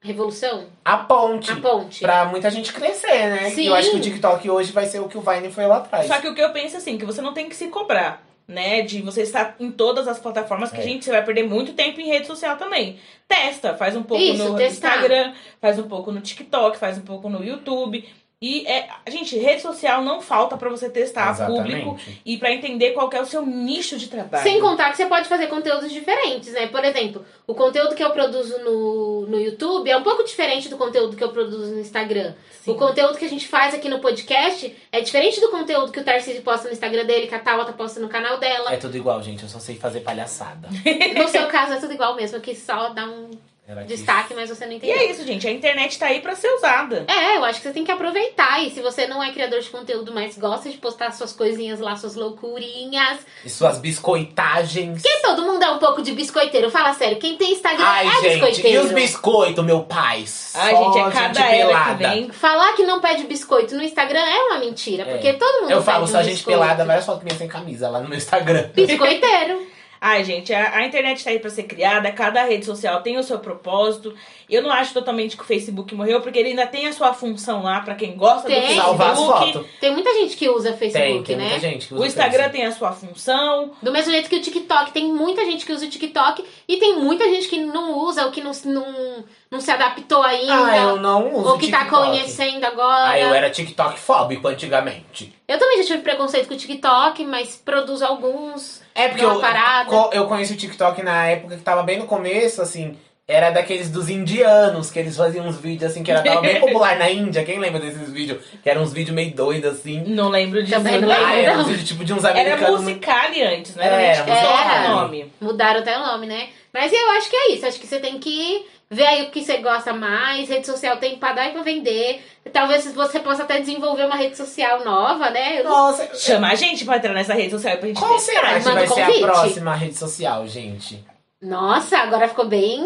A: Revolução,
C: a ponte.
A: a ponte.
C: Pra muita gente crescer, né?
A: Sim.
C: E eu acho que o TikTok hoje vai ser o que o Vine foi lá atrás.
B: Só que o que eu penso assim, que você não tem que se cobrar, né? De você estar em todas as plataformas, que,
C: É.
B: gente, você vai perder muito tempo em rede social também. Testa, faz um pouco
A: Isso,
B: no
A: testar.
B: Instagram, faz um pouco no TikTok, faz um pouco no YouTube. E, é, gente, rede social não falta pra você testar tá público e pra entender qual que é o seu nicho de trabalho.
A: Sem contar que você pode fazer conteúdos diferentes, né? Por exemplo, o conteúdo que eu produzo no, no YouTube é um pouco diferente do conteúdo que eu produzo no Instagram.
B: Sim.
A: O conteúdo que a gente faz aqui no podcast é diferente do conteúdo que o Tarcísio posta no Instagram dele, que a Tauta posta no canal dela.
C: É tudo igual, gente. Eu só sei fazer palhaçada.
A: <laughs> No seu caso é tudo igual mesmo, aqui só dá um
C: Era que-
A: destaque, mas você não
B: E
A: entendeu.
B: é isso, gente. A internet tá aí pra ser usada.
A: É, eu acho que você tem que aproveitar. E se você não é criador de conteúdo, mas gosta de postar suas coisinhas lá, suas loucurinhas.
C: E suas biscoitagens.
A: Porque todo mundo é um pouco de biscoiteiro. Fala sério, quem tem Instagram
C: Ai,
A: é
C: gente, e
A: biscoiteiro.
C: os biscoitos, meu pai?
B: Ai,
C: Só
B: gente, é cada
C: gente
B: era que
C: pelada.
B: vem.
A: Falar que não pede biscoito no Instagram é uma mentira,
C: É.
A: porque todo mundo
C: Eu falo,
A: pede
C: só
A: um
C: gente
A: biscoito.
C: pelada, várias fotos minhas sem camisa lá no
A: <laughs>
C: meu Instagram.
A: Biscoiteiro.
B: Ai, gente, a, a internet tá aí pra ser criada, cada rede social tem o seu propósito. Eu não acho totalmente que o Facebook morreu, porque ele ainda tem a sua função lá pra quem gosta do
A: Tem.
B: Facebook.
C: <laughs> Salvar as fotos.
A: Tem muita gente que usa
C: Tem,
A: Facebook,
C: tem
A: né?
C: muita gente que usa
B: O Instagram tem a sua função.
A: Do mesmo jeito que o TikTok, tem muita gente que usa o TikTok e tem muita gente que não usa ou que não, não, não se adaptou
C: Facebook. Ah, eu
A: ainda.
C: não uso
A: ou tá que tá
C: TikTok.
A: conhecendo é- agora.
C: Ah, eu era TikTok fóbico antigamente.
A: Eu também já tive preconceito com o TikTok, mas produzo alguns.
C: É porque
A: Dá uma
C: eu,
A: parada.
C: co- eu conheci o TikTok na época que tava bem no começo, assim. Era daqueles dos indianos, que eles faziam uns vídeos assim, que era
A: <laughs>
C: tava bem popular na Índia. Quem lembra desses vídeos? Que eram uns vídeos meio doidos assim.
B: Não lembro disso.
A: Também não
C: Ah, era
A: não.
C: uns vídeos tipo de uns
B: Era
C: americanos.
B: musicali antes, né?
C: É,
B: Era tipo só
A: Musicali.
B: o nome.
A: Mudaram até o nome, né? Mas eu acho que é isso. Acho que você tem que ver aí o que você gosta mais. Rede social tem pra dar e pra vender. Talvez você possa até desenvolver uma rede social nova, né? Eu não
C: Nossa,
B: Chama a gente pra entrar nessa rede social pra gente
C: qual
B: testar.
C: será que
A: Manda
C: vai ser
A: convite.
C: a próxima rede social, gente?
A: Nossa, agora ficou bem.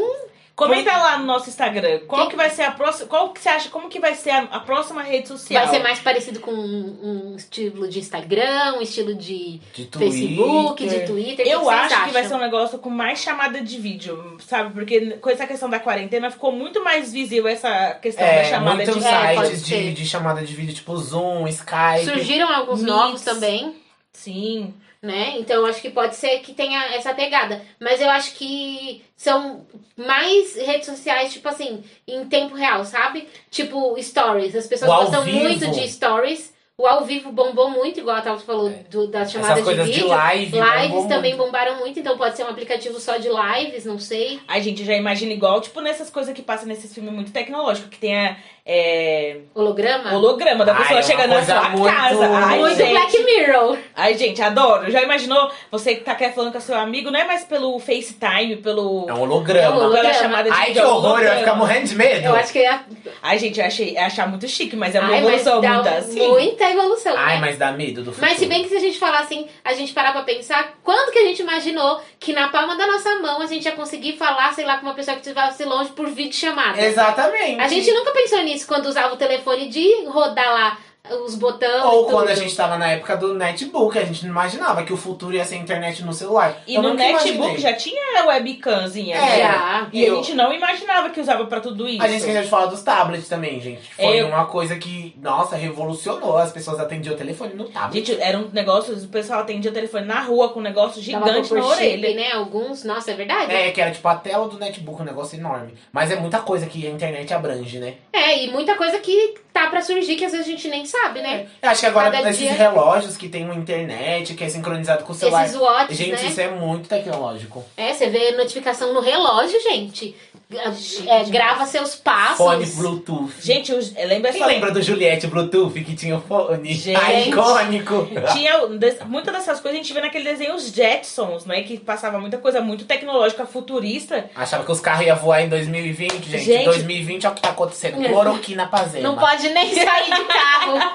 B: Comenta lá no nosso Instagram. Qual que vai ser a próxima. Qual que você acha? Como que vai ser a, a próxima rede social?
A: Vai ser mais parecido com um, um estilo de Instagram, um estilo de
C: De
A: Facebook,
C: Twitter.
A: de Twitter. o
B: Eu
A: que vocês
B: acho que vai
A: acham?
B: ser um negócio com mais chamada de vídeo, sabe? Porque com essa questão da quarentena ficou muito mais visível essa
A: então,
B: questão da
C: É,
B: chamada de
C: muitos
B: vídeo.
A: É, pode
C: sites
A: ser.
C: de, de chamada de vídeo, tipo Zoom, Skype.
A: Surgiram alguns
B: um Mix.
A: novos também,
B: Sim.
A: né? Então eu acho que pode ser que tenha essa pegada. Mas eu acho que são mais redes sociais, tipo assim, em tempo real, sabe? Tipo stories. As pessoas
C: O ao
A: gostam
C: vivo.
A: muito de stories. O ao vivo bombou muito, igual a Tauta falou, do, da chamada
C: É. Essas coisas
A: de
C: de,
A: vídeo.
C: live. é um
A: Lives
C: bombam
A: também bombaram muito, então pode ser um aplicativo só de lives, não sei.
B: A gente já imagina igual, tipo, nessas coisas que passam nesses filmes muito tecnológicos, que tem a, é,
A: Holograma.
B: holograma da
C: Ai,
B: pessoa
C: é uma
B: chegando na
C: coisa
B: sua
C: muito-
B: casa. Ai,
A: Ah. Muito
B: gente.
A: Black Mirror.
B: Ai, gente, adoro. Já imaginou você que tá quer falando com seu amigo, não é mais pelo FaceTime, pelo.
C: É um holograma.
A: É um holograma.
B: Pela chamada de
C: Ai, que
B: vídeo, é um
C: horror, eu ia
B: holograma.
C: ficar morrendo de medo.
A: Eu acho que é
B: Ai, gente, eu achei, eu achar muito chique, mas é uma
A: Ai, mas
B: evolução
A: dá um
B: muito assim.
A: muita evolução.
C: Ai,
A: né?
C: mas dá medo do futuro.
A: Mas se bem que se a gente falar assim, a gente parar pra pensar, quando que a gente imaginou que na palma da nossa mão a gente ia conseguir falar, sei lá, com uma pessoa que estivesse longe por vídeo chamada?
C: Exatamente.
A: A gente nunca pensou nisso quando usava o telefone de rodar lá os botões.
C: Ou
A: e
C: quando a
A: tudo.
C: gente tava na época do netbook, a gente não imaginava que o futuro ia ser a internet no celular.
B: E
C: Eu
B: no
C: nunca
B: netbook
C: imaginei.
B: já tinha a webcamzinha.
C: É.
B: né?
A: Já.
B: E
C: Eu-
B: a gente não imaginava que usava pra tudo
A: é
B: isso.
C: A gente esqueceu de falar dos tablets também, gente. Foi
B: Eu-
C: uma coisa que, nossa, revolucionou. As pessoas atendiam o telefone no tablet.
B: Gente, era um negócio, o pessoal atendia o telefone na rua com um negócio
A: Tava
B: gigante
A: com
B: na
A: por chip,
B: orelha.
A: né? Alguns, nossa, é verdade.
C: É, que era tipo a tela do netbook, um negócio enorme. Mas é muita coisa que a internet abrange, né?
A: É, e muita coisa que tá pra surgir que às vezes a gente nem sabe, né?
C: Eu acho que agora
A: Cada
C: esses
A: dia-
C: relógios que tem uma internet, que é sincronizado com o celular.
A: Esses watches,
C: Gente,
A: né?
C: isso é muito tecnológico.
A: É, você vê notificação no relógio, gente. É, grava seus passos.
C: Fone Bluetooth.
B: Gente, os- lembra
C: Quem
B: só.
C: lembra do Juliette Bluetooth que tinha o fone? Tá
B: Gente.
C: Icônico.
B: Tinha des- muitas dessas coisas a gente vê naquele desenho os Jetsons, né? Que passava muita coisa muito tecnológica, futurista.
C: <laughs> Achava que os carros iam voar em 2020, gente.
B: Gente.
C: 2020, olha o que tá acontecendo. Cloroquina pazema.
A: Não pode nem sair de carro.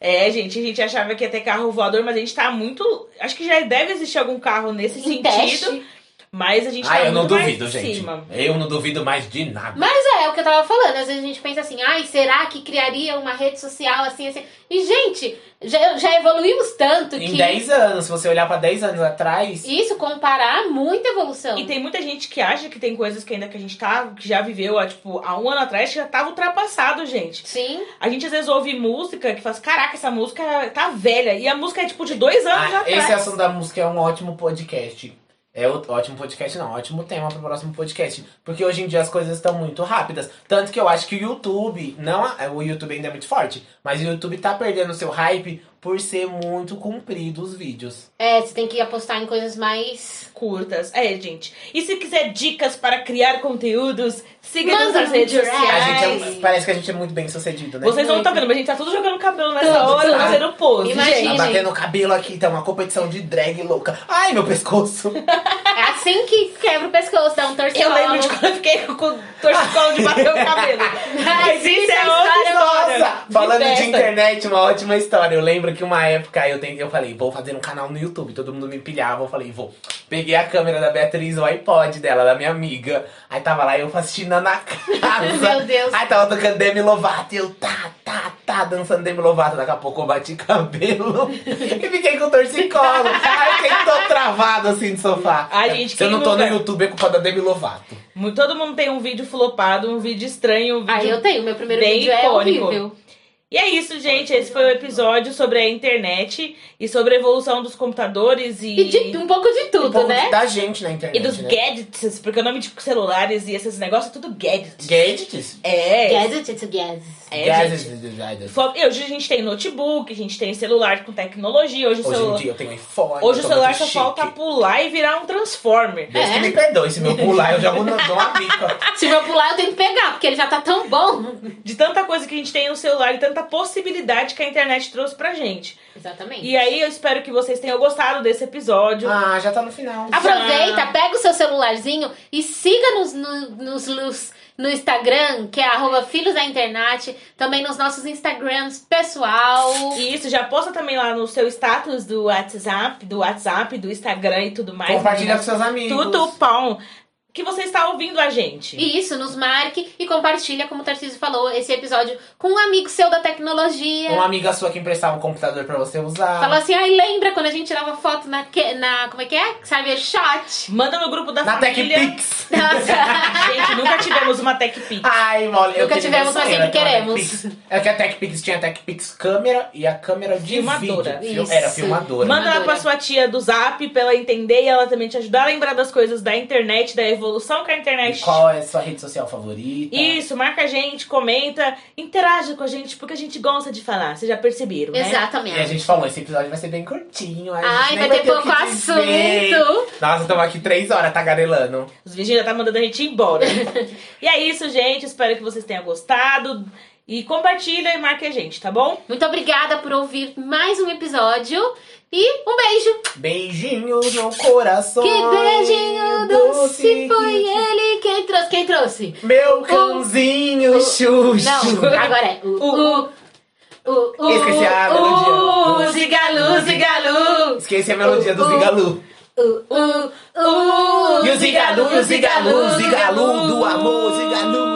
B: É, gente, a gente achava que ia ter carro voador, mas a gente tá muito. Acho que já deve existir algum carro nesse
A: Em
B: sentido.
A: teste.
B: Mas a gente
C: Ah,
B: tá
C: eu não
B: muito mais
C: duvido,
B: em
C: gente.
B: cima.
C: Eu não duvido mais de nada.
A: Mas é, é o que eu tava falando. Às vezes a gente pensa assim, ai, será que criaria uma rede social assim, assim? E, gente, já, já evoluímos tanto
C: Em
A: que
C: 10 anos, se você olhar pra 10 anos atrás,
A: isso comparar muita evolução.
B: E tem muita gente que acha que tem coisas que ainda que a gente tá, que já viveu há, tipo, há um ano atrás, que já tava ultrapassado, gente.
A: Sim,
B: A gente às vezes ouve música que faz, caraca, essa música tá velha. E a música é tipo de dois anos
C: Ah,
B: atrás.
C: esse assunto da música é um ótimo podcast. É o- ótimo podcast, não, ótimo tema pro próximo podcast. Porque hoje em dia as coisas estão muito rápidas. Tanto que eu acho que o YouTube, não, a- o YouTube ainda é muito forte, mas o YouTube tá perdendo seu hype por ser muito comprido os vídeos.
A: é, você tem que apostar em coisas mais.
B: Curtas. É, gente. E se quiser dicas para criar conteúdos, siga
A: Manda
B: nas nossas
A: no
B: redes
A: direct.
C: A
B: sociais.
C: gente é- parece que a gente é muito bem sucedido, né?
B: Vocês não estão vendo, mas a gente tá tudo jogando cabelo nessa
A: Tudo,
B: hora,
A: tudo.
B: fazendo pose.
A: Imagina.
C: Tá
B: gente.
C: batendo o cabelo aqui, tá uma competição de drag louca. Ai, meu pescoço!
A: É assim que quebra o pescoço, dá um torcicolo.
B: Eu lembro de quando eu fiquei com o torcicolo de bater o
A: <laughs>
B: cabelo. Mas isso é outra história. <laughs>
C: Nossa, falando de
B: festa.
C: internet, uma ótima história. Eu lembro que uma época eu tentei, eu falei, vou fazer um canal no YouTube. Todo mundo me pilhava, eu falei, vou. Peguei a câmera da Beatriz, o iPod dela, da minha amiga. Aí tava lá eu fascinando a <laughs> casa.
A: Meu Deus.
C: Aí tava tocando Demi Lovato e eu tá, tá, tá, dançando Demi Lovato. Daqui a pouco eu bati <laughs> cabelo e fiquei com torcicolo. Ai, quem tô travado assim no sofá.
B: Ai, gente,
C: Se eu
B: quem
C: não tô
B: nunca?
C: no YouTube é culpa da Demi Lovato.
B: Mu- Todo mundo tem um vídeo flopado, um vídeo estranho, um vídeo.
A: Aí Ah, eu tenho, meu primeiro
B: Bem
A: vídeo
B: icônico.
A: é horrível.
B: E é isso, gente. Esse foi o episódio sobre a internet e sobre a evolução dos computadores e,
A: E de, um pouco de
C: Um
A: tudo,
C: pouco
A: né?
C: da gente na internet.
B: e dos
C: né?
B: gadgets, porque o nome de celulares e esses negócios é tudo gadget.
C: gadgets.
B: É,
A: Gadget to gadgets.
B: é,
C: gadgets.
B: gente.
C: gadgets.
B: Fo- e Hoje a gente tem notebook, a gente tem celular com tecnologia. Hoje, o
C: Hoje em
B: celula-
C: dia eu tenho iPhone.
B: hoje
C: eu
B: o
C: tô
B: celular
C: tá muito
B: só
C: chique.
B: falta É. pular e virar um transformer.
C: Deus que me
B: <laughs>
C: perdoe, se meu pular eu já vou dou uma bica.
A: Se meu pular, eu tenho que pegar, porque ele já tá tão bom.
B: De tanta coisa que a gente tem no celular e tanta possibilidade que a internet trouxe pra gente.
A: Exatamente.
B: E aí eu espero que vocês tenham gostado desse episódio.
C: Ah, já tá no final.
A: Aproveita, pega o seu celularzinho e siga-nos no, nos, nos- no Instagram, que é arroba filhos da internet. Também nos nossos Instagrams pessoal.
B: E isso, já posta também lá no seu status do WhatsApp, do WhatsApp, do Instagram e tudo mais.
C: Compartilha com
B: meninas.
C: seus amigos.
B: Tudo pão que você está ouvindo a gente.
A: E isso, nos marque e compartilha, como o Tarcísio falou, esse episódio com um amigo seu da tecnologia.
C: Uma amiga sua que emprestava um computador pra você usar.
A: Falou assim, ai, lembra quando a gente tirava foto na, que- na como é que é? Sabe,
C: <laughs>
A: shot?
B: Manda no grupo da
C: Na
B: família.
C: TechPix.
A: Nossa.
B: Gente, nunca tivemos uma TechPix.
C: Ai, mole. eu
A: Nunca
C: queria
A: tivemos,
C: meu
A: mas
B: assim,
C: sonho,
A: sempre
C: era ter uma
A: queremos.
C: TechPix. É que a TechPix tinha a TechPix câmera e a câmera de
B: Filmadora.
C: vídeo.
A: Isso.
C: Era filmadora.
B: Manda lá
A: Amadora.
B: pra sua tia do Zap pra ela entender e ela também te ajudar a lembrar das coisas da internet, da evolução que a
C: E
B: internet.
C: qual é a sua rede social favorita?
B: Isso, marca a gente, comenta, interage com a gente, porque a gente gosta de falar, vocês já perceberam, né?
C: E
A: Exatamente.
C: a gente falou, esse episódio vai ser bem curtinho. a gente
A: Ai,
C: nem
A: vai ter
C: o que
A: pouco
C: dizer.
A: assunto.
C: Nossa, estamos aqui três horas tagarelando.
B: Os vizinhos já tá mandando a gente ir embora. e é isso, gente. Espero que vocês tenham gostado. E compartilha e marque a gente, tá bom?
A: Muito obrigada por ouvir mais um episódio. E um beijo.
C: Beijinhos no coração.
A: Que beijinho doce foi ele quem trouxe. Quem trouxe?
C: Meu cãozinho Xuxa.
A: Oh. Não, agora é. O, o, o, o,
C: Esqueci a
A: o,
C: melodia.
A: o, zigalu, zigalu.
C: Esqueci a melodia do
A: Uh, uh.
C: Zigalu.
A: O, o, o.
C: E o Zigalu, e o Zigalu, Zigalu do amor, Zigalu.